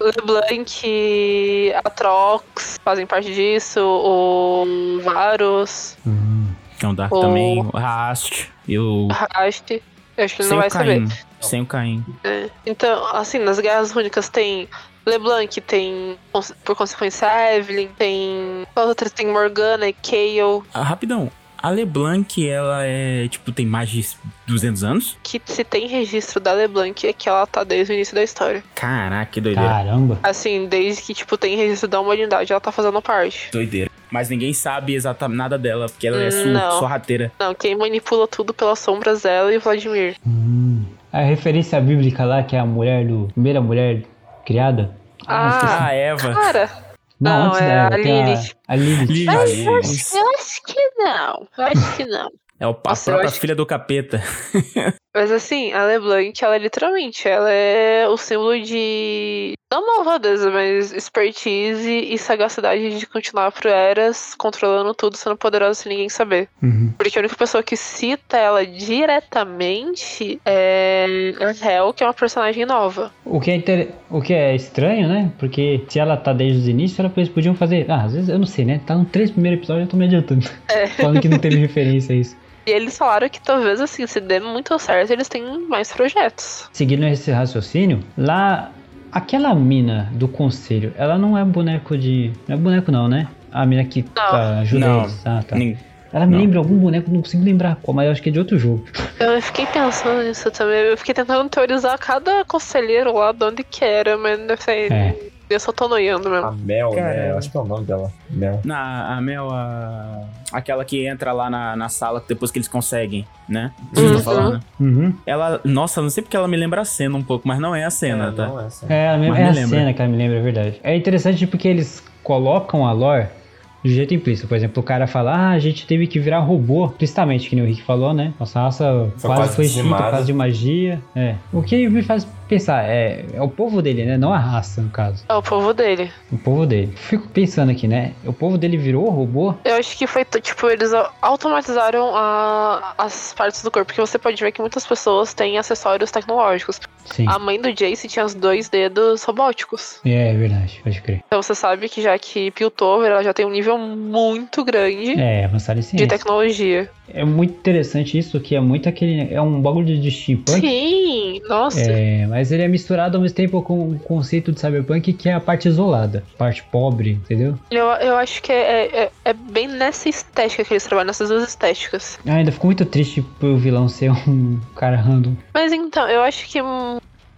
Speaker 4: Ouvinte.
Speaker 6: LeBlanc, Atrox fazem parte disso, o Varus,
Speaker 4: Hum.
Speaker 7: Então, Dark
Speaker 6: O-
Speaker 7: também. O Rast. E o.
Speaker 6: Rast. Eu acho que ele
Speaker 7: Sem
Speaker 6: não
Speaker 7: o
Speaker 6: vai saber.
Speaker 7: Caim. Sem o Caim.
Speaker 6: É. Então, assim, nas Guerras Rúnicas tem LeBlanc, tem, cons- por consequência, a Evelyn, tem. Qual outra? Tem Morgana e Kayle,
Speaker 7: Ah, rapidão. A LeBlanc, ela é. Tipo, tem mais de 200 anos?
Speaker 6: que se tem registro da LeBlanc é que ela tá desde o início da história.
Speaker 7: Caraca, que doideira.
Speaker 4: Caramba.
Speaker 6: Assim, desde que, tipo, tem registro da humanidade, ela tá fazendo parte.
Speaker 7: Doideira. Mas ninguém sabe exatamente nada dela, porque ela é su-
Speaker 6: Não.
Speaker 7: sorrateira.
Speaker 6: Não, quem manipula tudo pelas sombras é ela e Vladimir.
Speaker 4: Hum. A referência bíblica lá, que é a mulher do. Primeira mulher criada.
Speaker 6: Ah,
Speaker 4: esqueci.
Speaker 7: Ah, Eva.
Speaker 6: Cara,
Speaker 4: Não,
Speaker 6: Não,
Speaker 4: antes
Speaker 6: é
Speaker 4: dela,
Speaker 6: a
Speaker 4: tem
Speaker 6: Lilith.
Speaker 4: A, a Lilith.
Speaker 7: Mas
Speaker 5: Aí,
Speaker 7: eu
Speaker 5: eles-
Speaker 7: acho-
Speaker 6: eu acho que não. Eu acho que não.
Speaker 7: É o, a
Speaker 6: Nossa, eu
Speaker 7: própria
Speaker 6: acho-
Speaker 7: filha do capeta.
Speaker 6: Mas assim, a LeBlanc, ela é literalmente, ela é o símbolo de. Não malvadeza, mas expertise e sagacidade de continuar por eras, controlando tudo, sendo poderosa sem ninguém saber.
Speaker 4: Uhum.
Speaker 6: Porque a única pessoa que cita ela diretamente é a Hel, que é uma personagem nova.
Speaker 4: O, que é inter- o que é estranho, né? Porque se ela tá desde os inícios, ela- eles
Speaker 6: É.
Speaker 4: podiam fazer. Ah, às vezes eu não sei, né? Tá no três primeiros episódios, eu tô me adiantando. Falando que não teve referência a isso.
Speaker 6: E eles falaram que talvez, assim, se der muito certo, eles têm mais projetos.
Speaker 4: Seguindo esse raciocínio, lá aquela mina do conselho, ela não é boneco de. Não é boneco não, né? A mina que tá, ajuda
Speaker 7: Não.
Speaker 4: eles. Ah, tá.
Speaker 7: Nin-
Speaker 4: Ela me
Speaker 7: Não.
Speaker 4: lembra algum boneco, não consigo lembrar qual, mas eu acho que é de outro jogo.
Speaker 6: Então, Eu fiquei pensando nisso também. Eu fiquei tentando teorizar cada conselheiro lá de onde que era, mas não sei.
Speaker 4: É.
Speaker 6: Eu só tô noiando mesmo.
Speaker 5: A Mel, né?
Speaker 7: Cara.
Speaker 5: Eu acho que é o nome dela. Mel.
Speaker 7: Na, a Mel, a- aquela que entra lá na, na sala depois que eles conseguem, né? Vocês estão
Speaker 6: Uhum.
Speaker 7: falando?
Speaker 4: Uhum.
Speaker 7: Ela, nossa, não sei porque ela me lembra a cena um pouco, mas não é a cena,
Speaker 5: É,
Speaker 7: tá?
Speaker 5: Não é essa.
Speaker 4: É, ela me-
Speaker 7: Mas
Speaker 4: é
Speaker 7: me
Speaker 4: a
Speaker 7: lembra.
Speaker 4: cena que ela me lembra, é verdade. É interessante porque eles colocam a lore do jeito implícito. Por exemplo, o cara fala, ah, a gente teve que virar robô, implicitamente, que nem o Rick falou, né? Nossa raça
Speaker 5: Foi
Speaker 4: quase
Speaker 5: quase
Speaker 4: foi extinta por
Speaker 5: dizimada.
Speaker 4: causa de magia. É. O que me faz pensar, é, é o povo dele, né? Não a raça, no caso.
Speaker 6: É o povo dele.
Speaker 4: O povo dele. Fico pensando aqui, né? O povo dele virou robô?
Speaker 6: Eu acho que foi, t- tipo, eles au- automatizaram a- as partes do corpo, porque você pode ver que muitas pessoas têm acessórios tecnológicos.
Speaker 4: Sim.
Speaker 6: A mãe do Jace tinha os dois dedos robóticos.
Speaker 4: É, é verdade, pode crer.
Speaker 6: Então você sabe que já que Piltover, ela já tem um nível muito grande
Speaker 4: É, avançaram em
Speaker 6: de
Speaker 4: ciência.
Speaker 6: tecnologia.
Speaker 4: É muito interessante isso, que é muito aquele... É um bagulho de steampunk,
Speaker 6: Sim! Nossa!
Speaker 4: É, mas ele é misturado ao mesmo tempo com o conceito de cyberpunk que é a parte isolada, parte pobre, entendeu?
Speaker 6: Eu, eu acho que é, é- é- é bem nessa estética que eles trabalham, nessas duas estéticas.
Speaker 4: Ah, ainda fico muito triste pro vilão ser um cara random.
Speaker 6: Mas então, eu acho que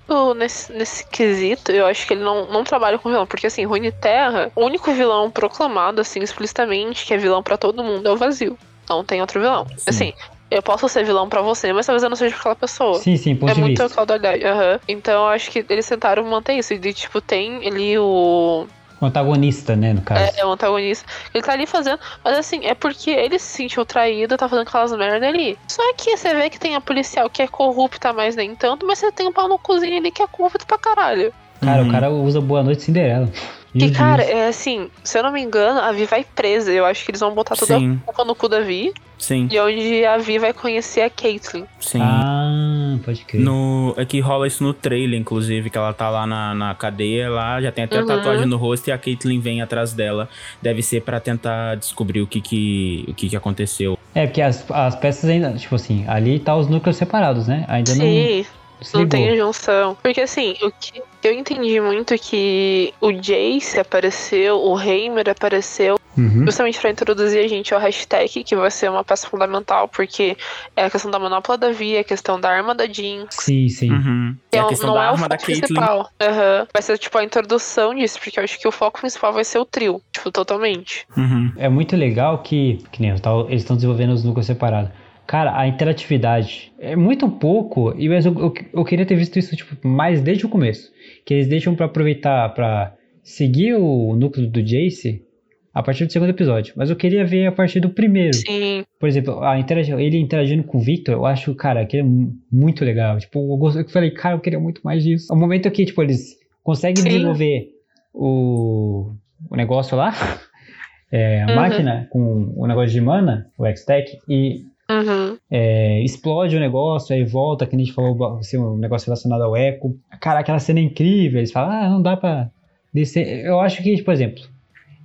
Speaker 6: muito nesse, nesse quesito, eu acho que ele não, não trabalha com vilão. Porque assim, Rune Terra, o único vilão proclamado, assim, explicitamente, que é vilão pra todo mundo, é o vazio. Não tem outro vilão. Assim, eu posso ser vilão pra você, mas talvez eu não seja pra aquela pessoa.
Speaker 4: Sim, sim, ponto
Speaker 6: É
Speaker 4: de
Speaker 6: muito
Speaker 4: vista.
Speaker 6: caudalidade. Aham. Então eu acho que eles tentaram manter isso. E de, tipo, tem ali o.
Speaker 4: O antagonista, né, no caso.
Speaker 6: É, é o antagonista. Ele tá ali fazendo. Mas assim, é porque ele se sentiu traído, tá fazendo aquelas merda ali. Só que você vê que tem a policial que é corrupta, mas nem tanto, mas você tem um pau no cozinho ali que é corrupto pra caralho.
Speaker 4: Cara,
Speaker 7: Uhum.
Speaker 4: o cara usa Boa Noite Cinderela.
Speaker 6: Que,
Speaker 4: Meu
Speaker 6: cara,
Speaker 4: Deus.
Speaker 6: é assim, se eu não me engano, a Vi vai presa. Eu acho que eles vão botar toda
Speaker 7: Sim,
Speaker 6: a culpa no cu da Vi.
Speaker 7: sim,
Speaker 6: E é onde a Vi vai conhecer a Caitlyn.
Speaker 7: sim.
Speaker 4: Ah, pode crer.
Speaker 7: No, é que rola isso no trailer, inclusive, que ela tá lá na, na cadeia, lá já tem até
Speaker 6: Uhum.
Speaker 7: a tatuagem no rosto e a Caitlyn vem atrás dela. Deve ser pra tentar descobrir o que que, o que, que aconteceu.
Speaker 4: É, porque as, as peças ainda, tipo assim, ali tá os núcleos separados, né? Ainda
Speaker 6: Sim.
Speaker 4: não se
Speaker 6: Não
Speaker 4: ligou.
Speaker 6: tem junção. Porque assim, o que eu entendi muito é que o Jace apareceu, o Heimer apareceu,
Speaker 4: Uhum.
Speaker 6: justamente pra introduzir a gente ao hashtag, que vai ser uma peça fundamental, porque é a questão da manopla da via, é a questão da arma da Jean.
Speaker 4: Sim, sim.
Speaker 7: Uhum. É a
Speaker 6: Então,
Speaker 7: questão
Speaker 6: não
Speaker 7: da
Speaker 6: é o
Speaker 7: arma
Speaker 6: foco
Speaker 7: da Caitlyn.
Speaker 6: principal. Aham. Vai ser tipo a introdução disso, porque eu acho que o foco principal vai ser o trio, tipo, totalmente.
Speaker 7: Uhum.
Speaker 4: É muito legal que, que nem eu, tá, eles estão desenvolvendo os núcleos separados. Cara, a interatividade é muito pouco, e mas eu, eu, eu queria ter visto isso tipo, mais desde o começo. Que eles deixam pra aproveitar, pra seguir o núcleo do Jace a partir do segundo episódio. Mas eu queria ver a partir do primeiro.
Speaker 6: Sim.
Speaker 4: Por exemplo, a interagi ele interagindo com o Victor, eu acho, cara, que é mu- muito legal. Tipo, eu, gosto- eu falei, cara, eu queria muito mais disso. O momento que, tipo, eles conseguem
Speaker 6: Sim.
Speaker 4: desenvolver o, o negócio lá, é, a
Speaker 6: Uhum.
Speaker 4: máquina com o negócio de mana, o X-Tech, e
Speaker 6: Uhum.
Speaker 4: é, explode o negócio, aí volta, que a gente falou, ba- assim, um negócio relacionado ao eco. Cara, aquela cena é incrível, eles falam, ah, não dá pra descer. Eu acho que, tipo, por exemplo,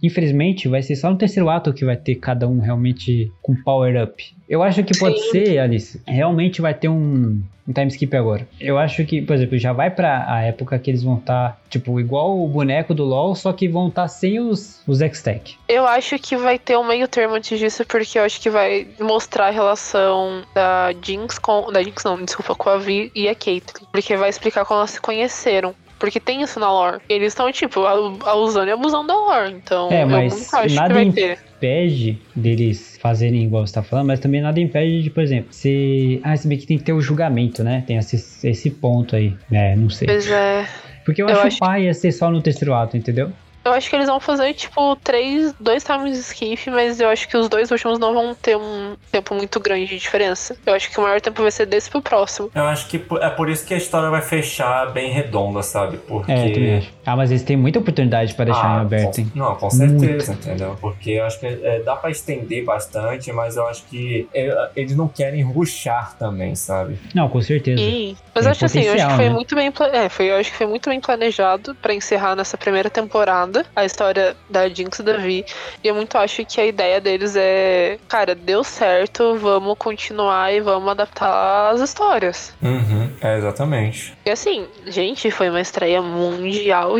Speaker 4: infelizmente vai ser só no terceiro ato que vai ter cada um realmente com power up. Eu acho que pode
Speaker 6: Sim.
Speaker 4: ser, Alice, realmente vai ter um, um time skip agora. Eu acho que, por exemplo, já vai pra a época que eles vão estar, tipo, igual o boneco do LoL, só que vão estar sem os, os X-Tech.
Speaker 6: Eu acho que vai ter um meio termo antes disso, porque eu acho que vai mostrar a relação da Jinx com. Da Jinx não, desculpa, com a Vi e a Caitlyn. Porque vai explicar como elas se conheceram. Porque tem isso na lore. Eles estão, tipo, a- a usando e abusando da lore. Então,
Speaker 4: É,
Speaker 6: eu
Speaker 4: mas
Speaker 6: nunca acho
Speaker 4: nada
Speaker 6: que vai
Speaker 4: em-
Speaker 6: ter.
Speaker 4: impede deles fazerem igual você tá falando, mas também nada impede de, por exemplo, se. Ah, se bem que tem que ter o julgamento, né? Tem esse, esse ponto aí. É, não sei.
Speaker 6: Pois é.
Speaker 4: Porque eu,
Speaker 6: eu
Speaker 4: acho,
Speaker 6: acho-
Speaker 4: que pai ia ser só no terceiro ato, entendeu?
Speaker 6: Eu acho que eles vão fazer, tipo, três, dois times skip, mas eu acho que os dois últimos não vão ter um tempo muito grande de diferença. Eu acho que o maior tempo vai ser desse pro próximo.
Speaker 5: Eu acho que po- é por isso que a história vai fechar bem redonda, sabe? Porque.
Speaker 4: É, eu também acho. Ah, mas eles têm muita oportunidade pra deixar em
Speaker 5: Ah,
Speaker 4: aberto,
Speaker 5: com-
Speaker 4: hein?
Speaker 5: Não, com certeza, entendeu? Porque eu acho que é, dá pra estender bastante, mas eu acho que é, eles não querem ruxar também, sabe?
Speaker 4: Não, com certeza.
Speaker 6: Sim. Mas
Speaker 4: Tem
Speaker 6: eu acho assim, eu acho
Speaker 4: potencial,
Speaker 6: que foi
Speaker 4: né?
Speaker 6: muito bem pla- é, foi, eu acho que foi muito bem planejado pra encerrar nessa primeira temporada. foda. A história da Jinx e da Vi. E eu muito acho que a ideia deles é, cara, deu certo, vamos continuar e vamos adaptar as histórias.
Speaker 5: Uhum, é, exatamente.
Speaker 6: E assim, gente, foi uma estreia mundial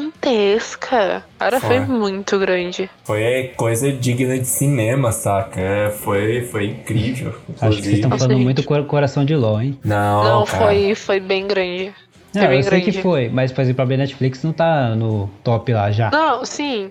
Speaker 6: gigantesca. Cara, foi
Speaker 5: Foi.
Speaker 6: muito grande.
Speaker 5: Foi coisa digna de cinema, saca? É, foi, foi incrível.
Speaker 4: Acho que vocês
Speaker 5: inclusive.
Speaker 4: estão
Speaker 6: Nossa,
Speaker 4: falando
Speaker 6: gente.
Speaker 4: muito cor- coração de LOL, hein?
Speaker 5: Não,
Speaker 6: Não,
Speaker 5: cara.
Speaker 6: foi, foi bem grande.
Speaker 4: Não,
Speaker 6: É bem
Speaker 4: eu sei
Speaker 6: grande.
Speaker 4: que foi, mas por exemplo, a Netflix não tá no top lá já.
Speaker 6: Não, sim.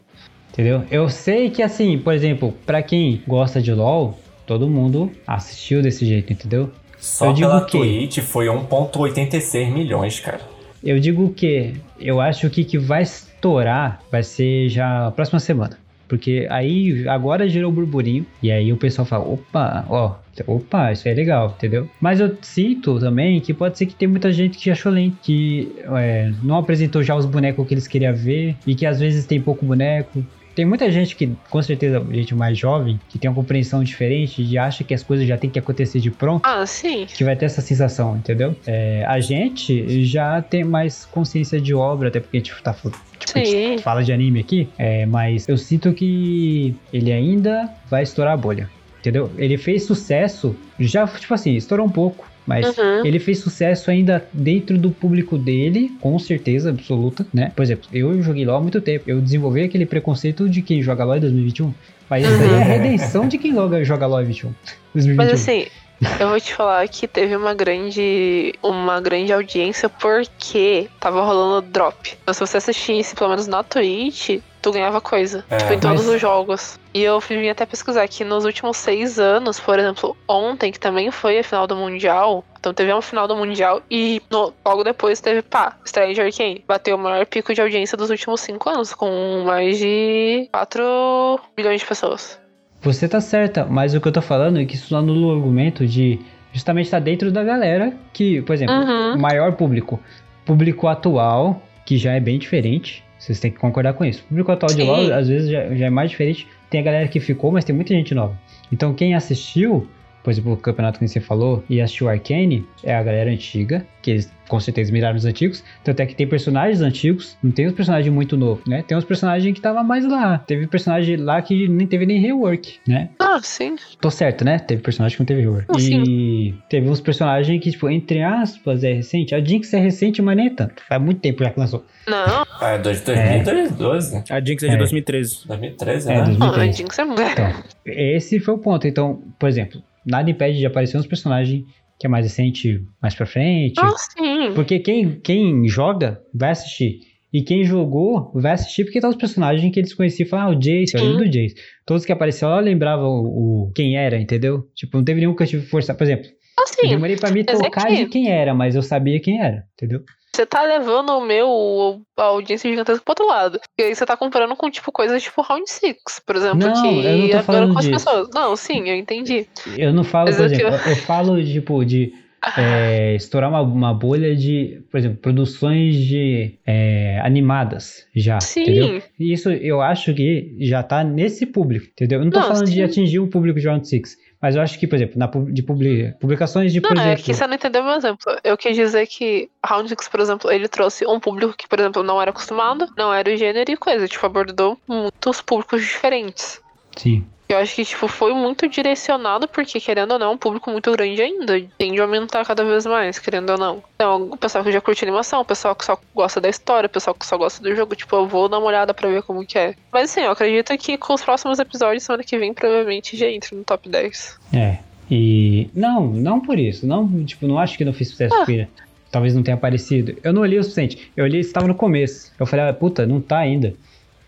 Speaker 4: Entendeu? Eu sei que assim, por exemplo, pra quem gosta de LoL, todo mundo assistiu desse jeito, entendeu?
Speaker 5: Só
Speaker 4: Eu digo
Speaker 5: pela
Speaker 4: o quê?
Speaker 5: Twitch foi 1.86 milhões, cara.
Speaker 4: Eu digo que eu acho que que vai estourar vai ser já a próxima semana. Porque aí agora gerou burburinho e aí o pessoal fala, opa, ó, opa, isso aí é legal, entendeu? Mas eu sinto também que pode ser que tem muita gente que achou lento, que é, não apresentou já os bonecos que eles queriam ver e que às vezes tem pouco boneco. Tem muita gente que, com certeza, gente mais jovem, que tem uma compreensão diferente e acha que as coisas já tem que acontecer de pronto
Speaker 6: Ah, sim.
Speaker 4: que vai ter essa sensação, entendeu? É, a gente já tem mais consciência de obra, até porque tipo, tá, fu- tipo, a gente
Speaker 6: Sim.
Speaker 4: fala de anime aqui, é, mas eu sinto que ele ainda vai estourar a bolha, entendeu? Ele fez sucesso, já, tipo assim, estourou um pouco, mas
Speaker 6: Uhum.
Speaker 4: ele fez sucesso ainda dentro do público dele, com certeza absoluta, né? Por exemplo, eu joguei LoL há muito tempo. Eu desenvolvi aquele preconceito de quem joga LoL em 2021. Mas isso aí é a redenção de quem logo joga LoL em 21. 2021.
Speaker 6: Uhum. Mas assim, eu vou te falar que teve uma grande, uma grande audiência porque tava rolando drop. Então, se você assistisse, pelo menos na Twitch, tu ganhava coisa.
Speaker 5: É.
Speaker 6: tipo, em todos
Speaker 4: Mas-
Speaker 6: os jogos. E eu fui- vim até pesquisar que nos últimos seis anos, por exemplo, ontem, que também foi a final do Mundial. Então teve uma final do Mundial e no- logo depois teve, pá, Stranger Kane. Bateu o maior pico de audiência dos últimos cinco anos, com mais de 4 milhões de pessoas.
Speaker 4: Você tá certa, mas o que eu tô falando é que isso anula o argumento de justamente estar dentro da galera que, por exemplo,
Speaker 6: Uhum.
Speaker 4: maior público. Público atual, que já é bem diferente. Vocês têm que concordar com isso. Público atual de
Speaker 6: Sim.
Speaker 4: LOL, às vezes, já, já é mais diferente. Tem a galera que ficou, mas tem muita gente nova. Então, quem assistiu, por exemplo, o campeonato que você falou, e assistiu Arcane, é a galera antiga, que eles com certeza miraram nos antigos. Tanto é que tem personagens antigos, não tem uns personagens muito novos, né? Tem uns personagens que tava mais lá. Teve personagem lá que nem teve nem rework, né?
Speaker 6: Ah, sim.
Speaker 4: Tô certo, né? Teve personagem que não teve horror.
Speaker 6: Ah,
Speaker 4: e teve uns personagens que, tipo, entre aspas, é recente. A Jinx é recente, mas nem é tanto. Faz muito tempo já que lançou.
Speaker 6: Não,
Speaker 5: Ah, é dois- 2012,
Speaker 7: A Jinx é de
Speaker 4: É.
Speaker 7: 2013.
Speaker 5: 2013,
Speaker 4: É,
Speaker 5: né?
Speaker 4: 2013.
Speaker 6: a Jinx é mulher.
Speaker 4: Esse foi o ponto. Então, por exemplo, nada impede de aparecer uns personagens que é mais recente mais pra frente.
Speaker 6: Ah, sim.
Speaker 4: Porque quem, quem joga vai assistir. E quem jogou vai assistir porque tá os personagens que eles conheciam. Falaram, ah, o Jace, eu lembro do Jace. Todos que apareceram lá lembravam o, o- quem era, entendeu? Tipo, não teve nenhum que eu tive que forçar. Por exemplo,
Speaker 6: Ah,
Speaker 4: Eu
Speaker 6: sim.
Speaker 4: demorei pra me
Speaker 6: mas é
Speaker 4: tocar
Speaker 6: que-
Speaker 4: de quem era, mas eu sabia quem era, entendeu?
Speaker 6: Você tá levando o meu a audiência gigantesca pro outro lado. E aí você tá comparando com, tipo, coisas tipo Round Six, por exemplo,
Speaker 4: Não,
Speaker 6: que
Speaker 4: eu não tô falando
Speaker 6: com as
Speaker 4: disso.
Speaker 6: pessoas. Não, sim, eu entendi.
Speaker 4: Eu não falo,
Speaker 6: Mas
Speaker 4: por
Speaker 6: eu
Speaker 4: exemplo, eu, eu falo, tipo, de é, estourar uma, uma bolha de, por exemplo, produções de é, animadas já,
Speaker 6: sim.
Speaker 4: Ah, entendeu? E Isso eu acho que já tá nesse público, entendeu? Eu não tô
Speaker 6: Não,
Speaker 4: falando
Speaker 6: sim.
Speaker 4: de atingir um público de Round Six, mas eu acho que, por exemplo, na, pub- de publi- publicações de, por
Speaker 6: Não, é
Speaker 4: exemplo...
Speaker 6: que você não entendeu meu exemplo. Eu quis dizer que Round Six, por exemplo, ele trouxe um público que, por exemplo, não era acostumado, não era o gênero e coisa. Tipo, abordou muitos públicos diferentes.
Speaker 4: Sim.
Speaker 6: Eu acho que, tipo, foi muito direcionado, porque, querendo ou não, é um público muito grande ainda. Tende a aumentar cada vez mais, querendo ou não. Então, o pessoal que já curte animação, o pessoal que só gosta da história, o pessoal que só gosta do jogo, tipo, eu vou dar uma olhada pra ver como que é. Mas assim, eu acredito que com os próximos episódios, semana que vem, provavelmente já entra no top 10.
Speaker 4: É. E. Não, não por isso. Não, tipo, não acho que não fiz sucesso
Speaker 6: Ah.
Speaker 4: porque talvez não tenha aparecido. Eu não olhei o suficiente. Eu olhei, estava no começo. Eu falei, ah, puta, não tá ainda.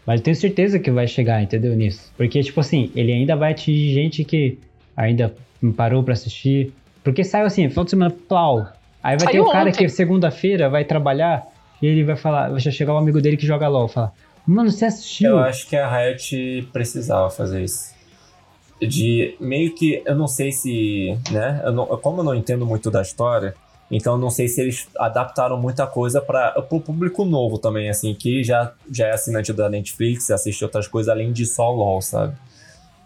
Speaker 4: Mas eu tenho certeza que vai chegar, entendeu? Nisso. Porque, tipo assim, ele ainda vai atingir gente que ainda não parou pra assistir. Porque saiu assim, final de semana, plau. Aí vai
Speaker 6: Saiu
Speaker 4: ter o cara
Speaker 6: ontem.
Speaker 4: que segunda-feira vai trabalhar e ele vai falar, vai chegar o amigo dele que joga LOL e falar, mano, você assistiu?
Speaker 5: Eu acho que a Riot precisava fazer isso. De meio que, eu não sei se, né? eu não- como eu não entendo muito da história, então eu não sei se eles adaptaram muita coisa para o público novo também, assim, que já, já é assinante da Netflix, assiste outras coisas além de só LOL, sabe?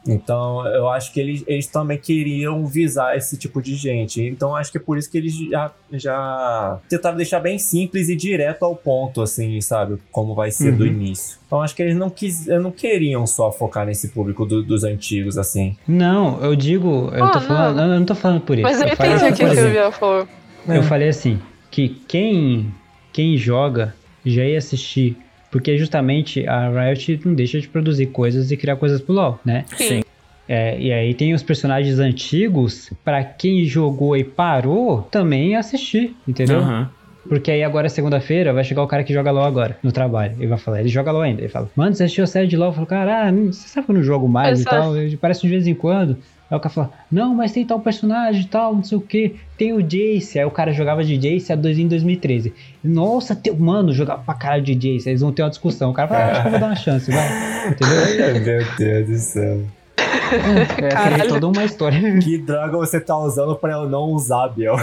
Speaker 5: Então, eu acho que eles, eles também queriam visar esse tipo de gente. Então, acho que é por isso que eles já, já tentaram deixar bem simples e direto ao ponto, assim, sabe? Como vai ser do
Speaker 7: Uhum.
Speaker 5: início. Então, acho que eles não, quis, não queriam só focar nesse público do- dos antigos, assim.
Speaker 4: Não, eu digo, eu,
Speaker 6: Ah,
Speaker 4: tô falando, eu não tô falando por isso.
Speaker 6: Mas eu
Speaker 4: eu falei
Speaker 6: entendi
Speaker 4: assim,
Speaker 6: o que
Speaker 4: por
Speaker 6: o
Speaker 4: exemplo,
Speaker 6: Silvia falou.
Speaker 4: Eu falei assim, que quem, quem joga já ia assistir. Porque justamente a Riot não deixa de produzir coisas e criar coisas pro LoL, né?
Speaker 6: Sim.
Speaker 4: É, e aí tem os personagens antigos, pra quem jogou e parou, também assistir, entendeu?
Speaker 7: Aham.
Speaker 4: Porque aí agora, é segunda-feira, vai chegar o cara que joga LOL agora, no trabalho. Ele vai falar, ele joga LOL ainda. Ele fala, mano, você assistiu a série de LOL? Eu falo, cara, ah, hum, você sabe que eu não jogo mais e
Speaker 6: Exato.
Speaker 4: tal. eu- Parece de vez em quando. Aí o cara fala, não, mas tem tal personagem e tal, não sei o que. Tem o Jace. Aí o cara jogava de Jace há dois em 2013. Nossa, teu mano, jogava pra caralho de Jace. Aí eles vão ter uma discussão. O cara fala, ah, acho que eu vou dar uma chance, vai. Entendeu?
Speaker 5: Meu Deus do céu.
Speaker 4: É,
Speaker 6: Caralho.
Speaker 4: Caralho. toda uma história.
Speaker 5: Que droga você tá usando pra eu não usar, Biel?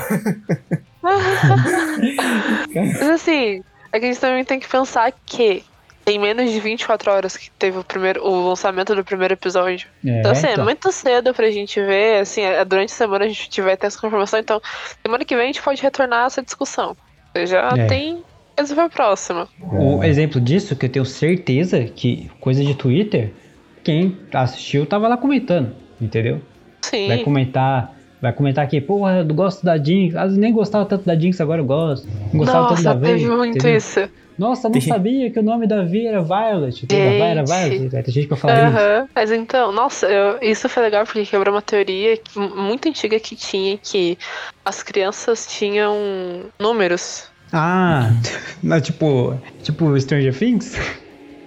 Speaker 6: Mas assim, a gente também tem que pensar que em menos de 24 horas que teve o, primeiro, o lançamento do primeiro episódio.
Speaker 4: É,
Speaker 6: Então, assim, é
Speaker 4: então.
Speaker 6: muito cedo pra gente ver, assim, é- durante a semana a gente vai ter essa confirmação, então semana que vem a gente pode retornar essa discussão. Você já
Speaker 4: É.
Speaker 6: tem coisa pra próxima.
Speaker 4: O exemplo disso, que eu tenho certeza que coisa de Twitter, quem assistiu tava lá comentando, entendeu?
Speaker 6: Sim.
Speaker 4: Vai comentar, vai comentar aqui, porra, eu gosto da Jinx, às vezes nem gostava tanto da Jinx, agora eu gosto. Não gostava tanto da
Speaker 6: Nossa,
Speaker 4: Veira.
Speaker 6: teve muito
Speaker 4: entendeu?
Speaker 6: isso.
Speaker 4: Nossa, não
Speaker 7: Tem-
Speaker 4: sabia que o nome da Veira era Violet. entendeu? Violet,
Speaker 6: Gente.
Speaker 4: Violet. Aí Tem gente que eu falo isso.
Speaker 6: Aham, mas então, nossa, eu- isso foi legal porque quebrou uma teoria que- muito antiga que tinha que as crianças tinham números.
Speaker 4: Ah, não, tipo, tipo Stranger Things?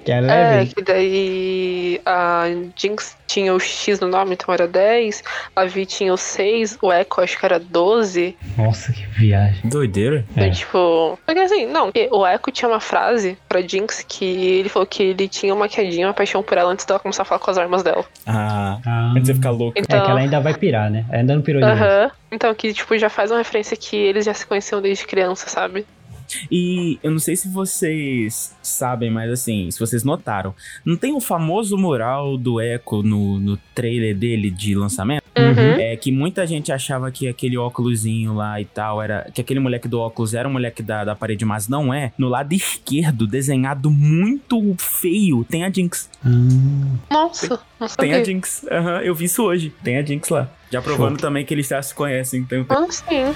Speaker 4: Que é
Speaker 6: É,
Speaker 4: leve.
Speaker 6: que daí a Jinx tinha o X no nome, então era 10, a Vi tinha o 6, o Echo acho que era 12.
Speaker 4: Nossa, que viagem.
Speaker 7: Doideira.
Speaker 4: É.
Speaker 6: Então, tipo. Porque assim, não, porque o Echo tinha uma frase pra Jinx que ele falou que ele tinha uma quedinha, uma paixão por ela antes dela começar a falar com as armas dela.
Speaker 7: Ah,
Speaker 4: Ah,
Speaker 7: antes de ficar louco.
Speaker 4: é que
Speaker 6: Então,
Speaker 4: ela ainda vai pirar, né? Ainda não pirou de vez.
Speaker 6: Aham. Então, que, tipo, já faz uma referência que eles já se conheciam desde criança, sabe?
Speaker 7: E eu não sei se vocês sabem, mas assim, se vocês notaram, não tem o famoso mural do Echo no, no trailer dele de lançamento?
Speaker 6: Uhum.
Speaker 7: É que muita gente achava que aquele óculosinho lá e tal era. Que aquele moleque do óculos era o moleque da, da parede, mas não é. No lado esquerdo, desenhado muito feio, tem a Jinx.
Speaker 4: Hum,
Speaker 6: Nossa, não
Speaker 7: Tem
Speaker 6: sabia.
Speaker 7: a Jinx. Aham, eu vi isso hoje. Tem a Jinx lá. Já provando também que eles já se conhecem. Então,
Speaker 6: Ah, sim.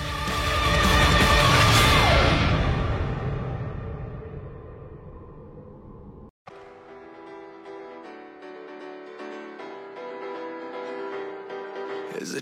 Speaker 1: As a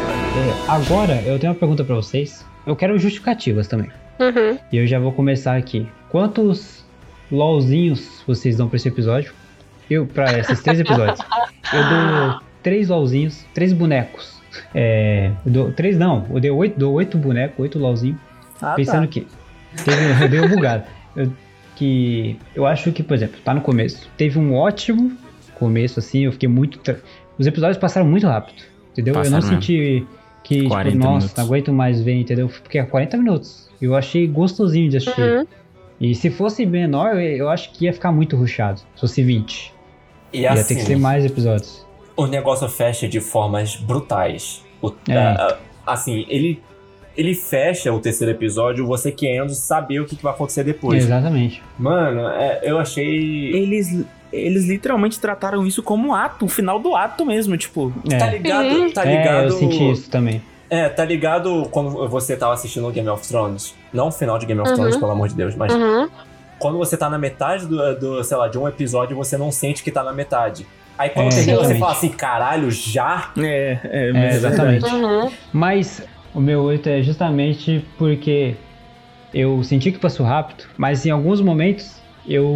Speaker 4: é, Agora, eu tenho uma pergunta pra vocês. Eu quero justificativas também.
Speaker 6: Uhum.
Speaker 4: E eu já vou começar aqui. Quantos LOLzinhos vocês dão pra esse episódio? Eu, pra esses três episódios. Eu dou três LOLzinhos, três bonecos. É, eu dou, três não, eu dei oito, dou oito bonecos, oito LOLzinhos.
Speaker 7: ah,
Speaker 5: tá.
Speaker 4: pensando que. Teve, eu dei um bugado. Eu- que eu acho que, por exemplo, tá no começo. Teve um ótimo começo, assim, eu fiquei muito. tra- Os episódios passaram muito rápido, entendeu? eu
Speaker 7: Passaram
Speaker 4: não
Speaker 7: mesmo.
Speaker 4: senti que, tipo,
Speaker 7: 40
Speaker 4: nossa,
Speaker 7: minutos.
Speaker 4: não aguento mais ver, entendeu? Porque é 40 minutos. Eu achei gostosinho de assistir.
Speaker 6: Uhum.
Speaker 4: E se fosse menor, eu- eu acho que ia ficar muito ruchado. Se fosse 20.
Speaker 5: E
Speaker 4: ia
Speaker 5: assim,
Speaker 4: ter que ser mais episódios.
Speaker 5: o negócio fecha de formas brutais. O-
Speaker 4: É.
Speaker 5: a- a- assim, ele, ele fecha o terceiro episódio você querendo saber o que, que vai acontecer depois.
Speaker 4: Exatamente.
Speaker 5: Mano, é, eu achei...
Speaker 7: Eles, eles literalmente trataram isso como ato, o final do ato mesmo, tipo.
Speaker 4: É.
Speaker 5: Tá ligado? Tá
Speaker 4: É,
Speaker 5: ligado?
Speaker 4: eu senti isso também.
Speaker 5: É, tá ligado quando você tava assistindo Game of Thrones? Não o final de Game of
Speaker 6: Uhum.
Speaker 5: Thrones, pelo amor de Deus, mas
Speaker 6: Uhum.
Speaker 5: quando você tá na metade do, do, sei lá, de um episódio, você não sente que tá na metade.
Speaker 4: É,
Speaker 5: Aí quando termina, você
Speaker 4: exatamente.
Speaker 5: fala assim, caralho, já?
Speaker 7: É, é,
Speaker 4: É, exatamente.
Speaker 6: Uhum.
Speaker 4: Mas o meu 8 é justamente porque eu senti que passou rápido, mas em alguns momentos eu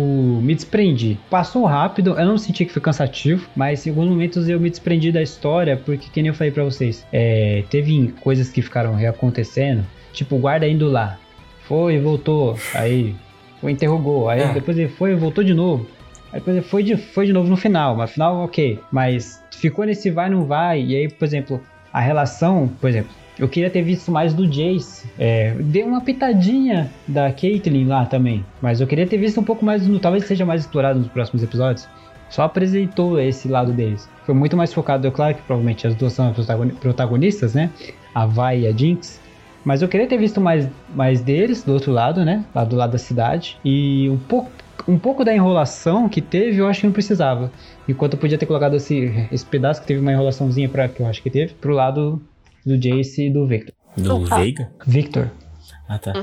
Speaker 4: me desprendi. Passou rápido, eu não senti que foi cansativo, mas em alguns momentos eu me desprendi da história, porque, que nem eu falei pra vocês, é, teve coisas que ficaram reacontecendo, tipo o guarda indo lá. foi e voltou. Aí o interrogou. Aí
Speaker 5: É.
Speaker 4: depois ele foi e voltou de novo. Aí depois ele foi de, foi de novo no final. Mas final, ok. Mas ficou nesse vai, não vai. E aí, por exemplo, a relação, por exemplo. Eu queria ter visto mais do Jace. É, deu uma pitadinha da Caitlyn lá também. Mas eu queria ter visto um pouco mais. No, talvez seja mais explorado nos próximos episódios. Só apresentou esse lado deles. Foi muito mais focado, é claro que provavelmente as duas são as protagoni- protagonistas, né? A Vai e a Jinx. Mas eu queria ter visto mais, mais deles do outro lado, né? Lá do lado da cidade. E um pouco, um pouco da enrolação que teve, eu acho que não precisava. Enquanto eu podia ter colocado esse, esse pedaço que teve uma enrolaçãozinha pra, que eu acho que teve, pro lado do Jace e do Victor.
Speaker 7: Do
Speaker 6: Opa.
Speaker 7: Veiga?
Speaker 4: Victor.
Speaker 7: Ah, tá.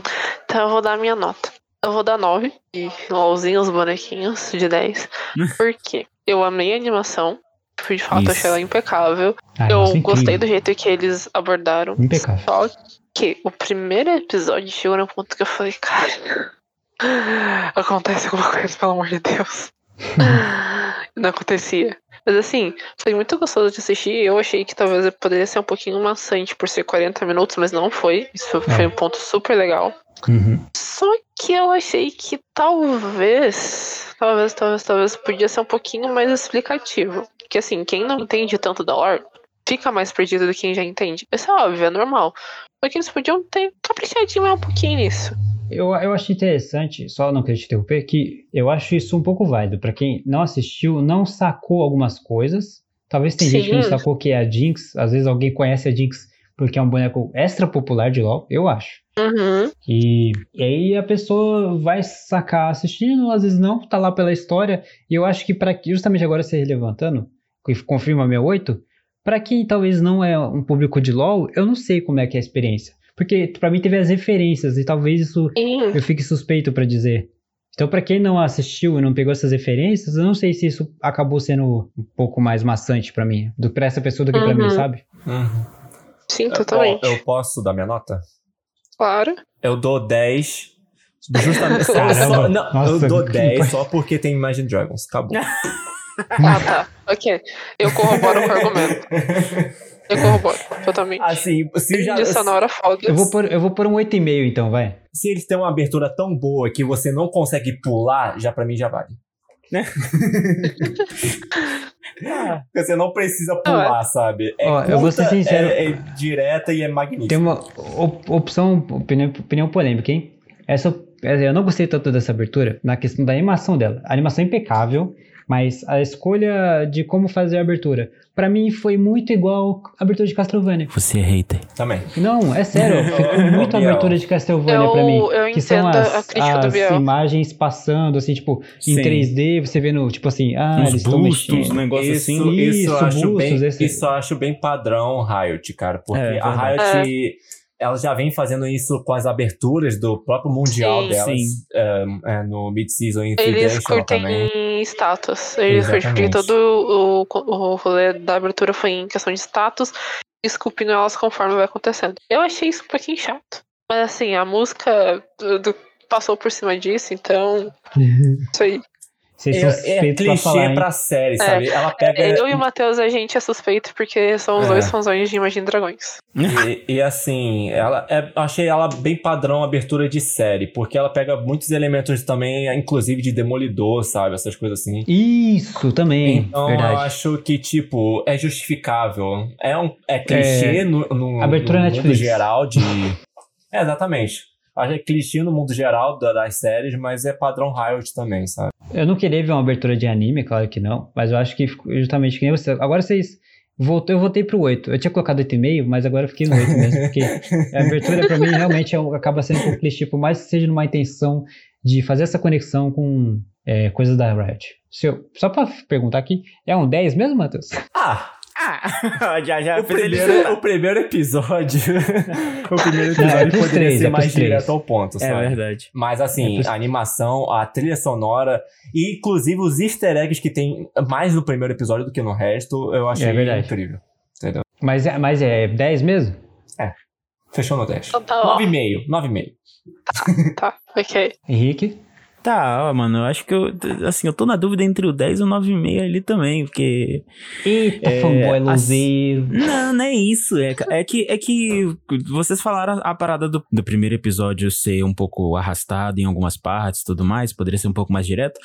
Speaker 6: Então eu vou dar a minha nota. Eu vou dar 9. E LOLzinho, os bonequinhos de 10. Por quê? Eu amei a animação. Fui de fato,
Speaker 7: Isso.
Speaker 6: achei ela impecável.
Speaker 4: Ah,
Speaker 6: eu
Speaker 4: nossa, incrível.
Speaker 6: gostei do jeito que eles abordaram.
Speaker 4: Impecável.
Speaker 6: Só que o primeiro episódio chegou no ponto que eu falei, cara. Acontece alguma coisa, pelo amor de Deus. Não acontecia. Mas assim, foi muito gostoso de assistir. Eu achei que talvez poderia ser um pouquinho maçante por ser 40 minutos, mas não foi. Isso foi um ponto super legal.
Speaker 4: Uhum.
Speaker 6: Só que eu achei que talvez, talvez, talvez, talvez podia ser um pouquinho mais explicativo. Que assim, quem não entende tanto da lore fica mais perdido do que quem já entende. Isso é óbvio, é normal. Só que eles podiam ter caprichadinho mais um pouquinho nisso.
Speaker 4: Eu, eu achei interessante, só não queria te interromper, que eu acho isso um pouco válido. Pra quem não assistiu, não sacou algumas coisas. Talvez tem gente que não
Speaker 6: Sim.
Speaker 4: sacou que é a Jinx. Às vezes alguém conhece a Jinx porque é um boneco extra popular de LoL, eu acho.
Speaker 6: Uhum.
Speaker 4: E, e aí a pessoa vai sacar assistindo, às vezes não, tá lá pela história. E eu acho que para justamente agora você levantando, que confirma meu 8, pra quem talvez não é um público de LoL, eu não sei como é que é a experiência. Porque pra mim teve as referências e talvez isso
Speaker 6: Sim.
Speaker 4: eu fique suspeito pra dizer. Então, pra quem não assistiu e não pegou essas referências, eu não sei se isso acabou sendo um pouco mais maçante pra mim, do para essa pessoa do que pra
Speaker 6: Uhum.
Speaker 4: mim, sabe?
Speaker 5: Uhum.
Speaker 6: Sim,
Speaker 4: É,
Speaker 5: Eu,
Speaker 6: totalmente.
Speaker 5: eu posso dar minha nota?
Speaker 6: Claro.
Speaker 5: Eu dou 10. Justamente. só-
Speaker 4: Caramba.
Speaker 5: só- não,
Speaker 4: Nossa,
Speaker 5: eu dou
Speaker 4: que
Speaker 5: 10
Speaker 4: coisa.
Speaker 5: só porque tem Imagine Dragons. Acabou.
Speaker 6: Ah, tá. Ok. Eu corroboro com o argumento. Eu corroboro, totalmente.
Speaker 5: Assim, se, já,
Speaker 6: De sonora foda.
Speaker 4: Eu vou pôr, eu vou pôr um 8,5 então, vai.
Speaker 5: se eles têm uma abertura tão boa que você não consegue pular, já pra mim já vale.
Speaker 7: Né?
Speaker 5: você não precisa pular, sabe? É
Speaker 4: Ó, eu vou ser
Speaker 5: curta,
Speaker 4: sincero.
Speaker 5: É, é direta e é
Speaker 4: Tem
Speaker 5: magnífica.
Speaker 4: uma op- opção, opinião, opinião polêmica, hein? Essa, é, eu não gostei tanto dessa abertura na questão da animação dela. A animação é impecável, mas a escolha de como fazer a abertura, pra mim foi muito igual a abertura de Castlevania.
Speaker 7: Você é hater.
Speaker 4: um
Speaker 5: Também.
Speaker 4: Não, é sério, ficou muito a
Speaker 5: Biel.
Speaker 4: abertura de Castlevania pra mim.
Speaker 6: Eu- eu
Speaker 4: que são
Speaker 6: entendo a
Speaker 4: as,
Speaker 6: crítica do
Speaker 4: as
Speaker 6: Biel.
Speaker 4: imagens passando, assim, tipo, em
Speaker 5: Sim.
Speaker 4: 3D, você vendo, tipo assim, ah,
Speaker 7: Uns
Speaker 4: eles estão
Speaker 7: bustos, um
Speaker 4: mexendo.
Speaker 7: negócio
Speaker 5: Isso,
Speaker 7: assim.
Speaker 5: isso, eu
Speaker 4: Isso,
Speaker 5: acho
Speaker 4: bustos,
Speaker 5: bem,
Speaker 4: esse-
Speaker 5: isso eu acho bem padrão Riot, cara, porque
Speaker 7: É,
Speaker 5: a
Speaker 6: verdade.
Speaker 5: Riot
Speaker 6: É.
Speaker 5: ela já vem fazendo isso com as aberturas do próprio mundial
Speaker 6: Sim.
Speaker 5: delas
Speaker 7: Sim.
Speaker 5: é, é, no mid season e
Speaker 6: Eles
Speaker 5: Invitational
Speaker 6: curtem
Speaker 5: também.
Speaker 6: status. Eles curtem porque
Speaker 5: Exatamente.
Speaker 6: todo o, o rolê da abertura foi em questão de status, esculpindo elas conforme vai acontecendo. Eu achei isso um pouquinho chato. Mas assim, a música do- do- passou por cima disso, então.
Speaker 5: né?
Speaker 6: Isso aí.
Speaker 4: Vocês são
Speaker 5: É, é
Speaker 4: suspeitos pra
Speaker 5: clichê
Speaker 4: falar,
Speaker 5: pra,
Speaker 4: hein?
Speaker 5: série, sabe? Ela pega
Speaker 6: É. Eu e o Matheus, a gente é suspeito porque somos
Speaker 5: É.
Speaker 6: dois fãzões de Imagine Dragões.
Speaker 5: E, e, assim, ela é- achei ela bem padrão abertura de série, porque ela pega muitos elementos também, inclusive de Demolidor, sabe? Essas coisas assim.
Speaker 4: Isso, também,
Speaker 5: Então eu
Speaker 4: verdade.
Speaker 5: acho que, tipo, é justificável. É, um, é clichê
Speaker 4: É,
Speaker 5: no, no,
Speaker 4: abertura
Speaker 5: no mundo
Speaker 4: Netflix.
Speaker 5: geral de. é, exatamente. Acho que é clichê no mundo geral da- das séries, mas é padrão Riot também, sabe?
Speaker 4: Eu não queria ver uma abertura de anime, claro que não, mas eu acho que ficou justamente que nem você. Agora vocês. Voltou, eu voltei pro 8. Eu tinha colocado 8,5, mas agora eu fiquei no 8 mesmo, porque a abertura pra mim realmente é um- acaba sendo um pouco clichê, por mais que seja numa intenção de fazer essa conexão com é, coisas da Riot. Se eu- só pra perguntar aqui, é um 10 mesmo, Matheus?
Speaker 5: Ah!
Speaker 7: Ah, já, já.
Speaker 5: O
Speaker 7: é-
Speaker 5: primeiro, o primeiro episódio. o primeiro
Speaker 4: Não, é
Speaker 5: episódio
Speaker 4: pros
Speaker 5: poderia
Speaker 4: três,
Speaker 5: ser
Speaker 4: é
Speaker 5: mais
Speaker 4: pros três.
Speaker 5: direto ao ponto,
Speaker 7: É
Speaker 5: sabe?
Speaker 7: verdade.
Speaker 5: Mas assim, a animação, a trilha sonora e inclusive os easter eggs que tem mais no primeiro episódio do que no resto, eu achei
Speaker 4: É verdade.
Speaker 5: incrível.
Speaker 4: Mas, é- mas é 10 mesmo?
Speaker 5: Fechou no 10.
Speaker 6: Então tá, ó.
Speaker 5: 9,5, 9,5.
Speaker 6: Tá, ok.
Speaker 4: Henrique?
Speaker 7: Tá, ó, mano, eu acho que eu. Assim, eu tô na dúvida entre o 10 e o 9,5 ali também, porque.
Speaker 4: Eita,
Speaker 7: É,
Speaker 4: fanboy
Speaker 7: assim-
Speaker 4: louzeiro.
Speaker 7: Não, não é isso. É, ca- é que, é que vocês falaram a parada do, do primeiro episódio ser um pouco arrastado em algumas partes e tudo mais, poderia ser um pouco mais direto.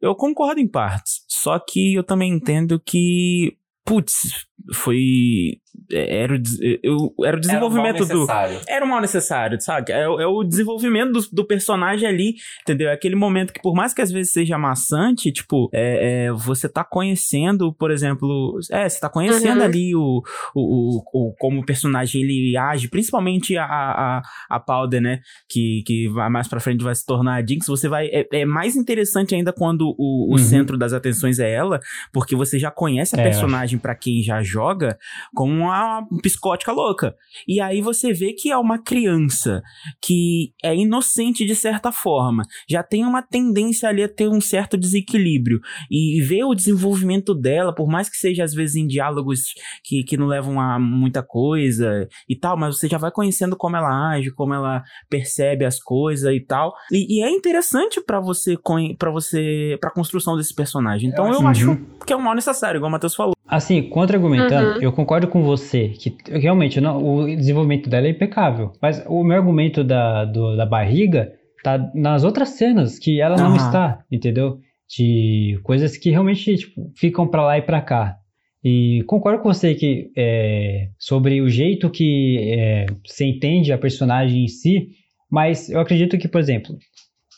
Speaker 7: Eu concordo em partes, só que eu também entendo que. Putz, foi. é, Era o, des- eu- era um o desenvolvimento do
Speaker 5: um necessário.
Speaker 7: era o mal necessário, sabe? É, o- é o desenvolvimento do, do personagem ali, entendeu? É aquele momento que, por mais que às vezes seja amassante, tipo, é, é, você tá conhecendo, por exemplo, é, você tá conhecendo
Speaker 6: Uhum.
Speaker 7: ali o, o, o, o- como o personagem ele age, principalmente a, a, a Powder, né? Que, que vai mais pra frente vai se tornar a Jinx. Você vai. É, é mais interessante ainda quando o, o
Speaker 4: Uhum.
Speaker 7: centro das atenções é ela, porque você já conhece a
Speaker 4: É, eu acho.
Speaker 7: personagem pra quem já joga como uma psicótica louca. E aí você vê que é uma criança que é inocente de certa forma, já tem uma tendência ali a ter um certo desequilíbrio. E ver o desenvolvimento dela, por mais que seja às vezes em diálogos que, que não levam a muita coisa e tal, mas você já vai conhecendo como ela age, como ela percebe as coisas e tal. E, e é interessante pra você para você para construção desse personagem. Então eu,
Speaker 4: acho-
Speaker 7: acho que é um mal necessário, igual o Matheus falou.
Speaker 4: Assim, contra-argumentando,
Speaker 6: Uhum.
Speaker 4: eu concordo com você que realmente não, o desenvolvimento dela é impecável. Mas o meu argumento da, do- da barriga tá nas outras cenas que ela não
Speaker 7: Aham.
Speaker 4: está, entendeu? De coisas que realmente tipo, ficam pra lá e pra cá. E concordo com você que é, sobre o jeito que é, você entende a personagem em si, mas eu acredito que, por exemplo,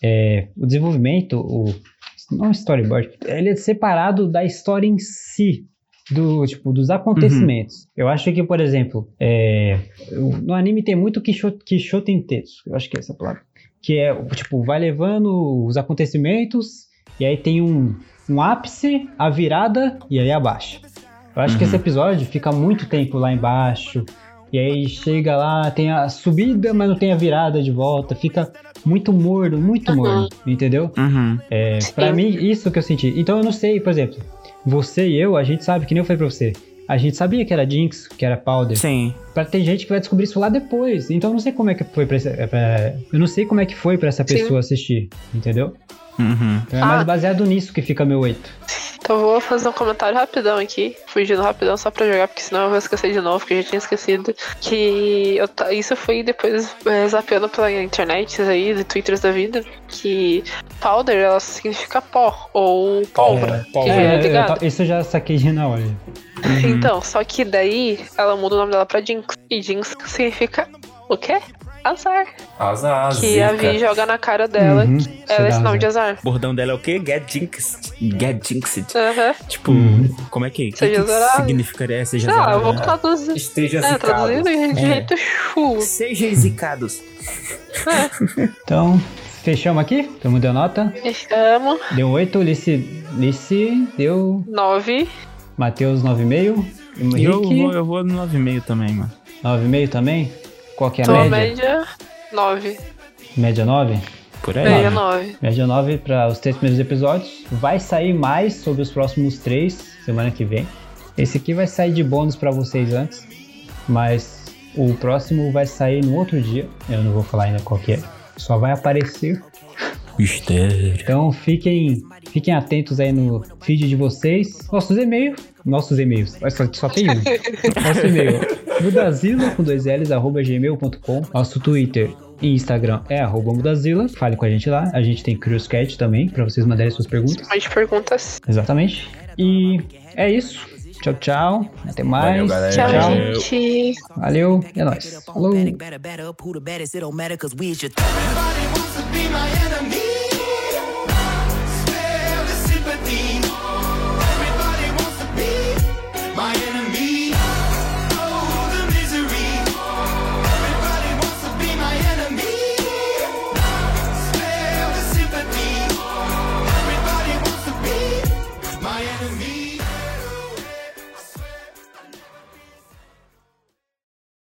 Speaker 4: é, o desenvolvimento, o não o storyboard, ele é separado da história em si, do tipo dos acontecimentos. Eu acho que, por exemplo, é, o- no anime tem muito Kisho- Kishotentetsu, eu acho que é essa palavra, que é o, tipo vai levando os acontecimentos e aí tem um, um ápice, a virada e aí abaixa. Eu acho que
Speaker 7: Uhum.
Speaker 4: esse episódio fica muito tempo lá embaixo. E aí chega lá, tem a subida, mas não tem a virada de volta. Fica muito morno, muito
Speaker 6: Uhum.
Speaker 4: morno, entendeu? É,
Speaker 7: Uhum.
Speaker 4: Pra
Speaker 5: É,
Speaker 6: Sim.
Speaker 4: mim, isso que eu senti. Então eu não sei, por exemplo, você e eu, a gente sabe, que nem eu falei pra você, a gente sabia que era Jinx, que era Powder.
Speaker 7: Sim.
Speaker 4: Pra ter gente que vai descobrir isso lá depois. Então eu não sei como é que foi pra, essa, é pra- Eu não sei como é que foi pra essa
Speaker 6: Sim.
Speaker 4: pessoa assistir, entendeu?
Speaker 7: Uhum.
Speaker 4: Então é
Speaker 6: Ah.
Speaker 4: mais baseado nisso que fica meu 8.
Speaker 6: Então eu vou fazer um comentário rapidão aqui, fugindo rapidão só pra jogar, porque senão eu vou esquecer de novo, porque eu já tinha esquecido. Que eu ta- isso foi depois é, zapeando pela internet aí, de twitters da vida, que powder ela significa pó, ou pólvora. Que
Speaker 4: É,
Speaker 6: é,
Speaker 4: eu
Speaker 6: ligado?
Speaker 4: ta- isso eu já saquei de na hora.
Speaker 6: Então, só que daí ela muda o nome dela pra Jinx. E Jinx significa o quê? Azar.
Speaker 5: Azar,
Speaker 6: Que a Vi
Speaker 5: zica.
Speaker 6: joga na cara dela.
Speaker 4: Uhum,
Speaker 6: que
Speaker 4: isso
Speaker 6: ela é
Speaker 4: dá
Speaker 6: esse nome
Speaker 4: azar.
Speaker 6: de azar.
Speaker 7: O bordão dela é o quê? Get jinxed. Get jinxed.
Speaker 6: Aham.
Speaker 7: Tipo,
Speaker 4: Uhum.
Speaker 7: como é que, que,
Speaker 6: Seja
Speaker 7: que
Speaker 6: azarado.
Speaker 7: significaria seja
Speaker 6: Sei lá, Ah, eu
Speaker 7: zerado?
Speaker 6: vou traduzir.
Speaker 5: Esteja
Speaker 6: É,
Speaker 5: zicado.
Speaker 6: traduzindo de
Speaker 7: É.
Speaker 6: jeito chu.
Speaker 7: Sejam zicados.
Speaker 4: Então, fechamos aqui? Todo mundo deu nota?
Speaker 6: Amo.
Speaker 4: Deu um 8, Lice, Lice deu
Speaker 6: 9.
Speaker 4: Matheus 9,5.
Speaker 7: E eu vou,
Speaker 4: Henrique
Speaker 7: eu vou no 9,5 também, mano.
Speaker 4: 9,5 também. Qual que é a
Speaker 6: Tua
Speaker 4: média?
Speaker 6: média, 9.
Speaker 4: Média 9?
Speaker 7: Por aí.
Speaker 6: Média
Speaker 7: mano.
Speaker 6: 9.
Speaker 4: Média 9 para os três primeiros episódios. Vai sair mais sobre os próximos três semana que vem. Esse aqui vai sair de bônus para vocês antes, mas o próximo vai sair no outro dia. Eu não vou falar ainda qual que é. Só vai aparecer.
Speaker 7: Mistério.
Speaker 4: Então fiquem, fiquem atentos aí no feed de vocês. Nossos e-mails. Nossos e-mails. Olha, Só, só tem um. Nosso e-mail. Mudazila com dois L's, arroba gmail.com. Nosso Twitter e Instagram é arroba Mudazila. Fale com a gente lá. A gente tem CuriosCat também, pra vocês mandarem suas perguntas.
Speaker 6: Mais perguntas.
Speaker 4: Exatamente. E é isso. Tchau, tchau. Até mais.
Speaker 5: Valeu, galera.
Speaker 6: Tchau,
Speaker 5: Tchau.
Speaker 6: gente.
Speaker 4: Valeu. É nóis. Falou.
Speaker 2: Better, better up, who the baddest, it don't matter, cause we is your
Speaker 1: Everybody wants to be my enemy. Oh,